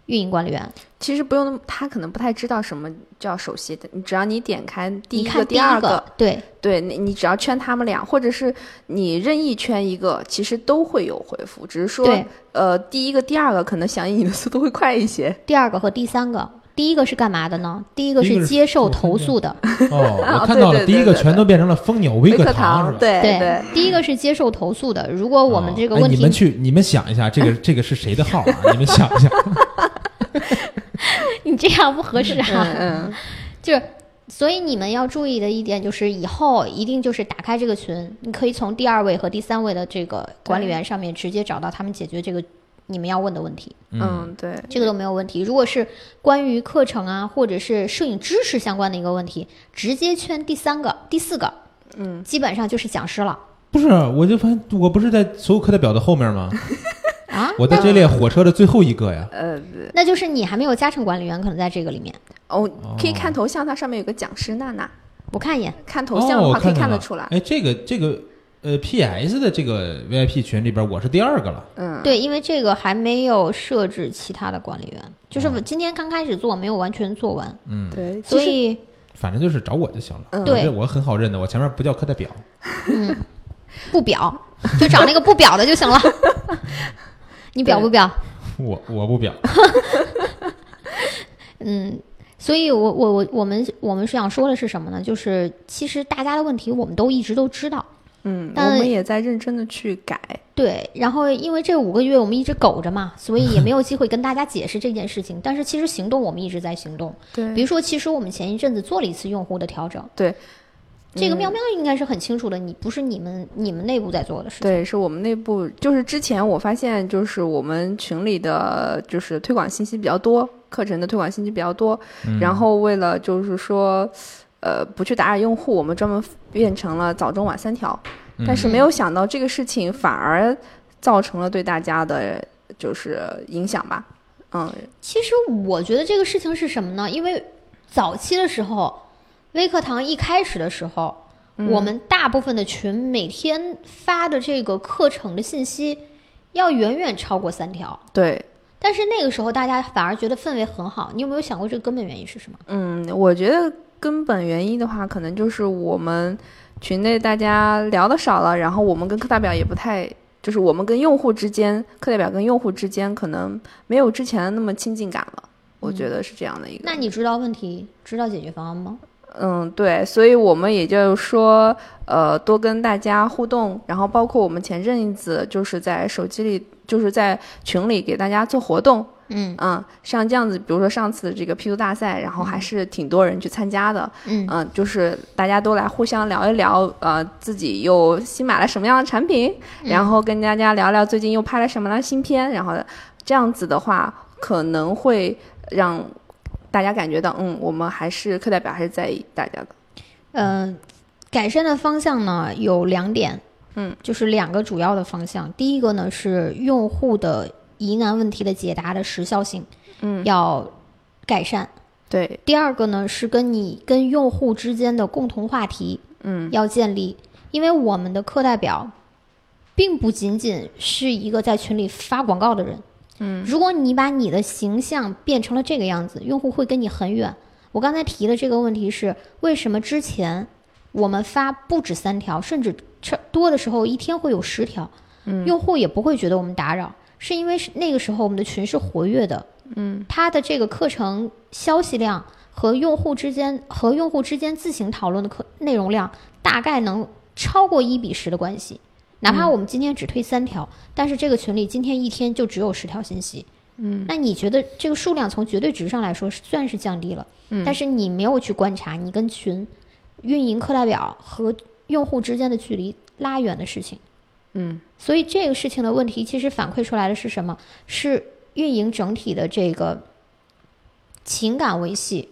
Speaker 2: 运营管理员，
Speaker 3: 其实不用那么，他可能不太知道什么叫首席的，你只要你点开第
Speaker 2: 你
Speaker 3: 一
Speaker 2: 看
Speaker 3: 个、
Speaker 2: 第一
Speaker 3: 二个
Speaker 2: 个，，对
Speaker 3: 对你，你只要圈他们俩，或者是你任意圈一个，其实都会有回复，只是说
Speaker 2: 对，
Speaker 3: 呃，第一个、第二个可能响应你的速度会快一些。
Speaker 2: 第二个和第三个。第一个是干嘛的呢？第一个
Speaker 1: 第一个是
Speaker 2: 是接受
Speaker 1: 负分
Speaker 2: 投
Speaker 1: 的
Speaker 2: 诉的，
Speaker 1: 哦，我
Speaker 3: 啊
Speaker 1: 看
Speaker 3: 对
Speaker 1: 到
Speaker 3: 对
Speaker 1: 了，
Speaker 3: 对
Speaker 1: 第一个
Speaker 3: 对
Speaker 1: 全
Speaker 3: 对
Speaker 1: 都变成了蜂鸟微课是吧？
Speaker 3: 对
Speaker 2: 对，
Speaker 3: 哎 对，
Speaker 2: 第一个是接受投诉的。如果我们这个
Speaker 1: 哦哎
Speaker 2: 问
Speaker 1: 你们
Speaker 2: 题，
Speaker 1: 去，你们想一下， 这个这个是谁的号啊？你们想一下，
Speaker 2: 你这样不合适啊。
Speaker 3: 嗯
Speaker 2: 就是，所以你们要注意的一点就是，以后一定就是打开这个群，你可以从第二位和第三位的这个管理员上面直接找到他们解决这个你们要问的问题，
Speaker 3: 嗯嗯，对，
Speaker 2: 这个都没有问题。如果是关于课程啊，或者是摄影知识相关的一个问题，直接圈第三个、第四个，
Speaker 3: 嗯，
Speaker 2: 基本上就是讲师了
Speaker 1: 不是，我就发现我不是在所有课代表的后面 吗？
Speaker 2: 啊。
Speaker 1: 我在这列火车的最后一个呀。
Speaker 3: 呃，
Speaker 2: 那就是你还没有加成管理员，可能在这个里面，
Speaker 3: 哦，可以看头像，它上面有个讲师娜娜，
Speaker 2: 我看一眼。
Speaker 3: 看头像的
Speaker 1: 哦
Speaker 3: 话
Speaker 1: 我
Speaker 3: 可以
Speaker 1: 看
Speaker 3: 看
Speaker 1: 到
Speaker 3: 得
Speaker 1: 了
Speaker 3: 出来。
Speaker 1: 哎，这个这个呃，PS 的这个 VIP 群里边，我是第二个了。
Speaker 3: 嗯，
Speaker 2: 对，因为这个还没有设置其他的管理员，就是我今天刚开始做，没有完全做完，
Speaker 1: 嗯，
Speaker 3: 对，
Speaker 2: 所
Speaker 3: 其实
Speaker 2: 以
Speaker 1: 反正就是找我就行了。
Speaker 3: 嗯
Speaker 1: 我
Speaker 2: 对
Speaker 1: 这我很好认的，我前面不叫课代表。
Speaker 2: 不表，就找那个不表的就行 了。你表不表？
Speaker 1: 我我不表，
Speaker 2: 嗯，所以我我我我们我们是想说的是什么呢？就是其实大家的问题我们都一直都知道，
Speaker 3: 嗯，我
Speaker 2: 但
Speaker 3: 们也在认真的去改。
Speaker 2: 对。然后因为这五个月我们一直苟着嘛，所以也没有机会跟大家解释这件事情。但是其实行动我们一直在行动，比
Speaker 3: 对，
Speaker 2: 如说其实我们前一阵子做了一次用户的调整，
Speaker 3: 对，嗯
Speaker 2: 这个喵喵应该是很清楚的，你不是你们你们内部在做的事情，
Speaker 3: 对，是我们内部，就是之前我发现，就是我们群里的就是推广信息比较多，课程的推广信息比较多，
Speaker 2: 嗯
Speaker 3: 然后为了就是说，呃，不去打扰用户，我们专门变成了早中晚三条，
Speaker 2: 嗯
Speaker 3: 但是没有想到这个事情反而造成了对大家的就是影响吧，嗯
Speaker 2: 其实我觉得这个事情是什么呢？因为早期的时候，微课堂一开始的时候，
Speaker 3: 嗯
Speaker 2: 我们大部分的群每天发的这个课程的信息，要远远超过三条。
Speaker 3: 对，
Speaker 2: 但是那个时候大家反而觉得氛围很好，你有没有想过这个根本原因是什么？
Speaker 3: 嗯，我觉得根本原因的话，可能就是我们群内大家聊的少了，然后我们跟课代表也不太，就是我们跟用户之间，课代表跟用户之间可能没有之前那么亲近感了。我觉得是这样的一个。
Speaker 2: 那你知道问题，知道解决方案吗？
Speaker 3: 嗯，对，所以我们也就是说，呃，多跟大家互动，然后包括我们前阵子就是在手机里，就是在群里给大家做活动，
Speaker 2: 嗯
Speaker 3: 嗯，像这样子，比如说上次的这个 P 图大赛，然后还是挺多人去参加的，
Speaker 2: 嗯
Speaker 3: 嗯、就是大家都来互相聊一聊，呃，自己又新买了什么样的产品，
Speaker 2: 嗯
Speaker 3: 然后跟大家聊聊最近又拍了什么样的新片，然后这样子的话，可能会让大家感觉到，嗯，我们还是课代表还是在意大家的，
Speaker 2: 嗯、改善的方向呢有两点，
Speaker 3: 嗯，
Speaker 2: 就是两个主要的方向。第一个呢是用户的疑难问题的解答的时效性，
Speaker 3: 嗯，
Speaker 2: 要改善。
Speaker 3: 对，
Speaker 2: 第二个呢是跟你跟用户之间的共同话题
Speaker 3: 嗯
Speaker 2: 要建立，因为我们的课代表并不仅仅是一个在群里发广告的人。
Speaker 3: 嗯，
Speaker 2: 如果你把你的形象变成了这个样子，用户会跟你很远。我刚才提的这个问题是，为什么之前我们发不止三条，甚至差多的时候一天会有十条，
Speaker 3: 嗯
Speaker 2: 用户也不会觉得我们打扰，是因为是那个时候我们的群是活跃的，
Speaker 3: 嗯，
Speaker 2: 它的这个课程消息量和用户之间和用户之间自行讨论的课内容量大概能超过一比十的关系。哪
Speaker 3: 嗯
Speaker 2: 怕我们今天只推三条，但是这个群里今天一天就只有十条信息，
Speaker 3: 嗯，
Speaker 2: 那你觉得这个数量从绝对值上来说虽然是降低了，
Speaker 3: 嗯
Speaker 2: 但是你没有去观察你跟群、运营课代表和用户之间的距离拉远的事情。
Speaker 3: 嗯
Speaker 2: 所以这个事情的问题，其实反馈出来的是什么？是运营整体的这个情感维系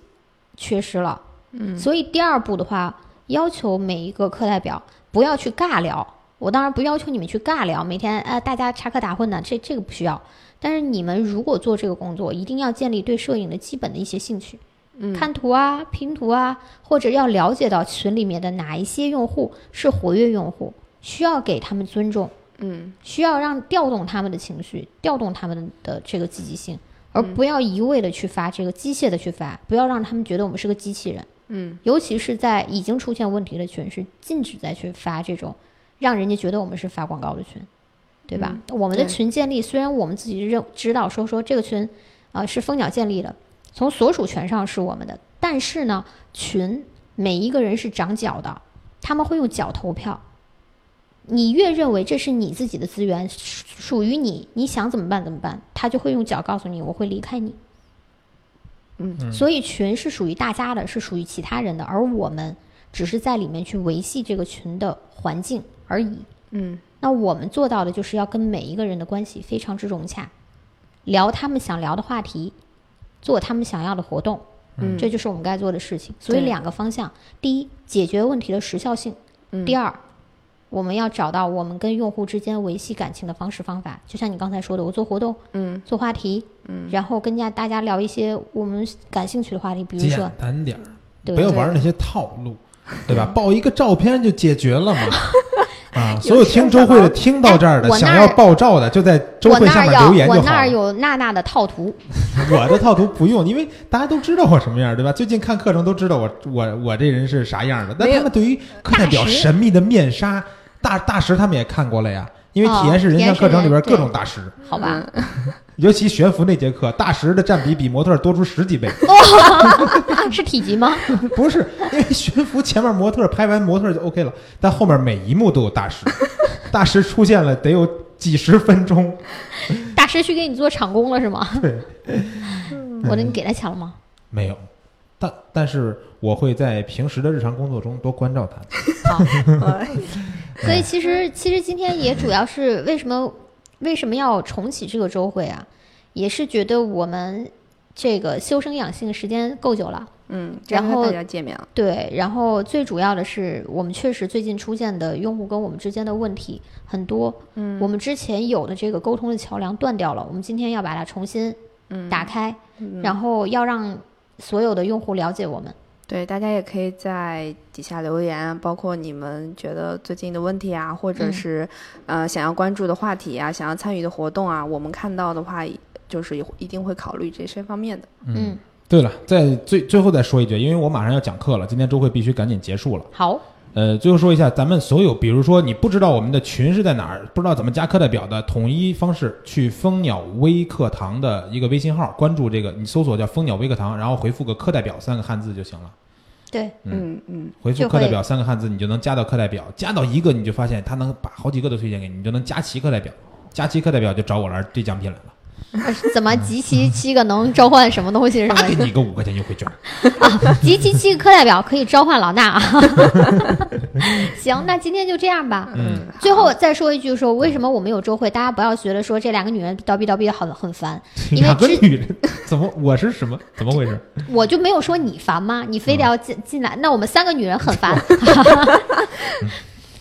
Speaker 2: 缺失了。嗯，所以第二步的话，要求每一个课代表不要去尬聊。我当然不要求你们去尬聊，每天呃大家插科打诨的，这这个不需要。但是你们如果做这个工作，一定要建立对摄影的基本的一些兴趣，
Speaker 3: 嗯
Speaker 2: 看图啊、拼图啊，或者要了解到群里面的哪一些用户是活跃用户，需要给他们尊重。
Speaker 3: 嗯
Speaker 2: 需要让调动他们的情绪，调动他们的这个积极性，而
Speaker 3: 嗯
Speaker 2: 不要一味的去发这个机械的去发，不要让他们觉得我们是个机器人。
Speaker 3: 嗯
Speaker 2: 尤其是在已经出现问题的群，是禁止再去发这种让人家觉得我们是发广告的群，对吧？我们的
Speaker 3: 嗯对
Speaker 2: 群建立，虽然我们自己认知道说说这个群啊、呃是蜂鸟建立的，从所属权上是我们的，但是呢，群每一个人是长脚的，他们会用脚投票。你越认为这是你自己的资源，属属于你，你想怎么办怎么办，他就会用脚告诉你，我会离开你。所以群是属于大家的，是属于其他人的，而我们只是在里面去维系这个群的环境而已。
Speaker 3: 嗯
Speaker 2: 那我们做到的就是要跟每一个人的关系非常之融洽，聊他们想聊的话题，做他们想要的活动，
Speaker 3: 嗯
Speaker 2: 这就是我们该做的事情。所以
Speaker 3: 对
Speaker 2: 两个方向：第一，解决问题的时效性；
Speaker 3: 嗯
Speaker 2: 第二，我们要找到我们跟用户之间维系感情的方式方法。就像你刚才说的，我做活动，
Speaker 3: 嗯，
Speaker 2: 做话题，嗯，然后跟家大家聊一些我们感兴趣的话题，比如
Speaker 1: 简
Speaker 2: 说，
Speaker 1: 单点儿，
Speaker 2: 对
Speaker 1: 不要玩那些套路，对吧？报一个照片就解决 了嘛。啊，所有听周慧的听到这儿的，
Speaker 2: 哎我那
Speaker 1: 想
Speaker 2: 儿
Speaker 1: 要爆照的，就在周
Speaker 2: 我
Speaker 1: 慧
Speaker 2: 那
Speaker 1: 下
Speaker 2: 儿
Speaker 1: 面
Speaker 2: 要
Speaker 1: 留言
Speaker 2: 我
Speaker 1: 就好
Speaker 2: 那儿
Speaker 1: 了。
Speaker 2: 有娜娜的套图，
Speaker 1: 我的套图不用，因为大家都知道我什么样，对吧？最近看课程都知道我我我这人是啥样的。但
Speaker 3: 没有
Speaker 1: 他们对于课代表
Speaker 2: 大师
Speaker 1: 神秘的面纱，大大师他们也看过了呀。因为
Speaker 2: 哦
Speaker 1: 体验式人像课程里边各种大师，
Speaker 2: 好吧？
Speaker 1: 尤其悬浮那节课，大师的占比比模特多出十几 倍。嗯
Speaker 2: 是体积吗？
Speaker 1: 不是，因为悬浮前面模特拍完模特就 OK 了，但后面每一幕都有大师，大师出现了得有几十分钟。
Speaker 2: 大师去给你做场工了是吗？
Speaker 1: 对，
Speaker 2: 我的你给他钱了吗？
Speaker 1: 没有，但但是我会在平时的日常工作中多关照他。
Speaker 2: 好，
Speaker 3: 嗯
Speaker 2: 所以其实其实今天也主要是为什么为什么要重启这个周会啊？也是觉得我们这个修身养性时间够久了。
Speaker 3: 嗯，
Speaker 2: 然后
Speaker 3: 跟大家见面了，
Speaker 2: 对，然后最主要的是，我们确实最近出现的用户跟我们之间的问题很多，嗯，我们之前有的这个沟嗯通的桥梁断掉了，我们今天要把它重新打开，然后要让所有的用户了解我们。
Speaker 3: 对，大家也可以在底下留言，包括你们觉得最近的问题啊，或者
Speaker 2: 嗯
Speaker 3: 是、呃想要关注的话题啊，想要参与的活动啊，我们看到的话，就是也一定会考虑这些方面的。
Speaker 2: 嗯，
Speaker 1: 对了，在最最后再说一句，因为我马上要讲课了，今天周会必须赶紧结束了。
Speaker 2: 好，
Speaker 1: 呃，最后说一下，咱们所有，比如说你不知道我们的群是在哪儿，不知道怎么加课代表的，统一方式去蜂鸟微课堂的一个微信号，关注这个，你搜索叫蜂鸟微课堂，然后回复个课代表三个汉字就行了。
Speaker 2: 对，
Speaker 3: 嗯嗯，
Speaker 1: 回复
Speaker 2: 就
Speaker 1: 课代
Speaker 2: 会
Speaker 1: 表三个汉字，你就能加到课代表，加到一个你就发现他能把好几个都推荐给你，你就能加齐课代表，加齐课代表就找我来对奖品来了，
Speaker 2: 怎么集齐七个能召唤什么东西是
Speaker 1: 发
Speaker 2: 吧
Speaker 1: 给？你一个五块钱优惠券。
Speaker 2: 集齐七个课代表可以召唤老衲啊。 行，那今天就这样吧。
Speaker 1: 嗯，
Speaker 2: 最后再说一句说为什么我们有周会？大家不要觉得说这两个女人叨逼叨逼好很烦，因为
Speaker 1: 两个
Speaker 2: 之
Speaker 1: 女人怎么我是什么怎么回事？
Speaker 2: 我就没有说你烦吗？你非得要进进来，那我们三个女人很烦。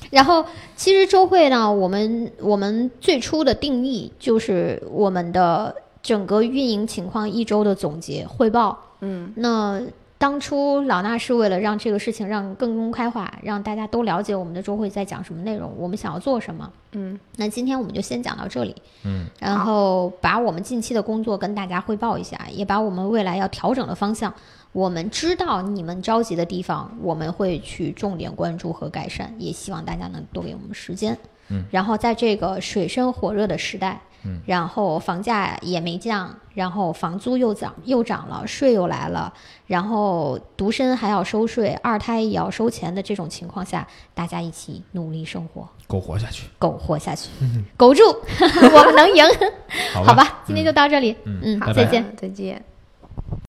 Speaker 2: 然后，其实周会呢，我们我们最初的定义就是我们的整个运营情况一周的总结汇报。嗯，那当初老衲是为了让这个事情让更公开化，让大家都了解我们的周会在讲什么内容，我们想要做什么。
Speaker 3: 嗯，
Speaker 2: 那今天我们就先讲到这里。
Speaker 1: 嗯，
Speaker 2: 然后把我们近期的工作跟大家汇报一下，也把我们未来要调整的方向。我们知道你们着急的地方，我们会去重点关注和改善，也希望大家能多给我们时间。
Speaker 1: 嗯，
Speaker 2: 然后在这个水深火热的时代，嗯，然后房价也没降，然后房租又涨又涨了，税又来了，然后独身还要收税，二胎也要收钱的这种情况下，大家一起努力生活，
Speaker 1: 苟活下去，
Speaker 2: 苟活下去，苟住，我们能赢。
Speaker 1: 好吧？
Speaker 2: 好吧，今天就到这里，
Speaker 1: 嗯
Speaker 2: 嗯
Speaker 1: 好，
Speaker 2: 再
Speaker 1: 拜拜
Speaker 2: 见。，
Speaker 3: 再见。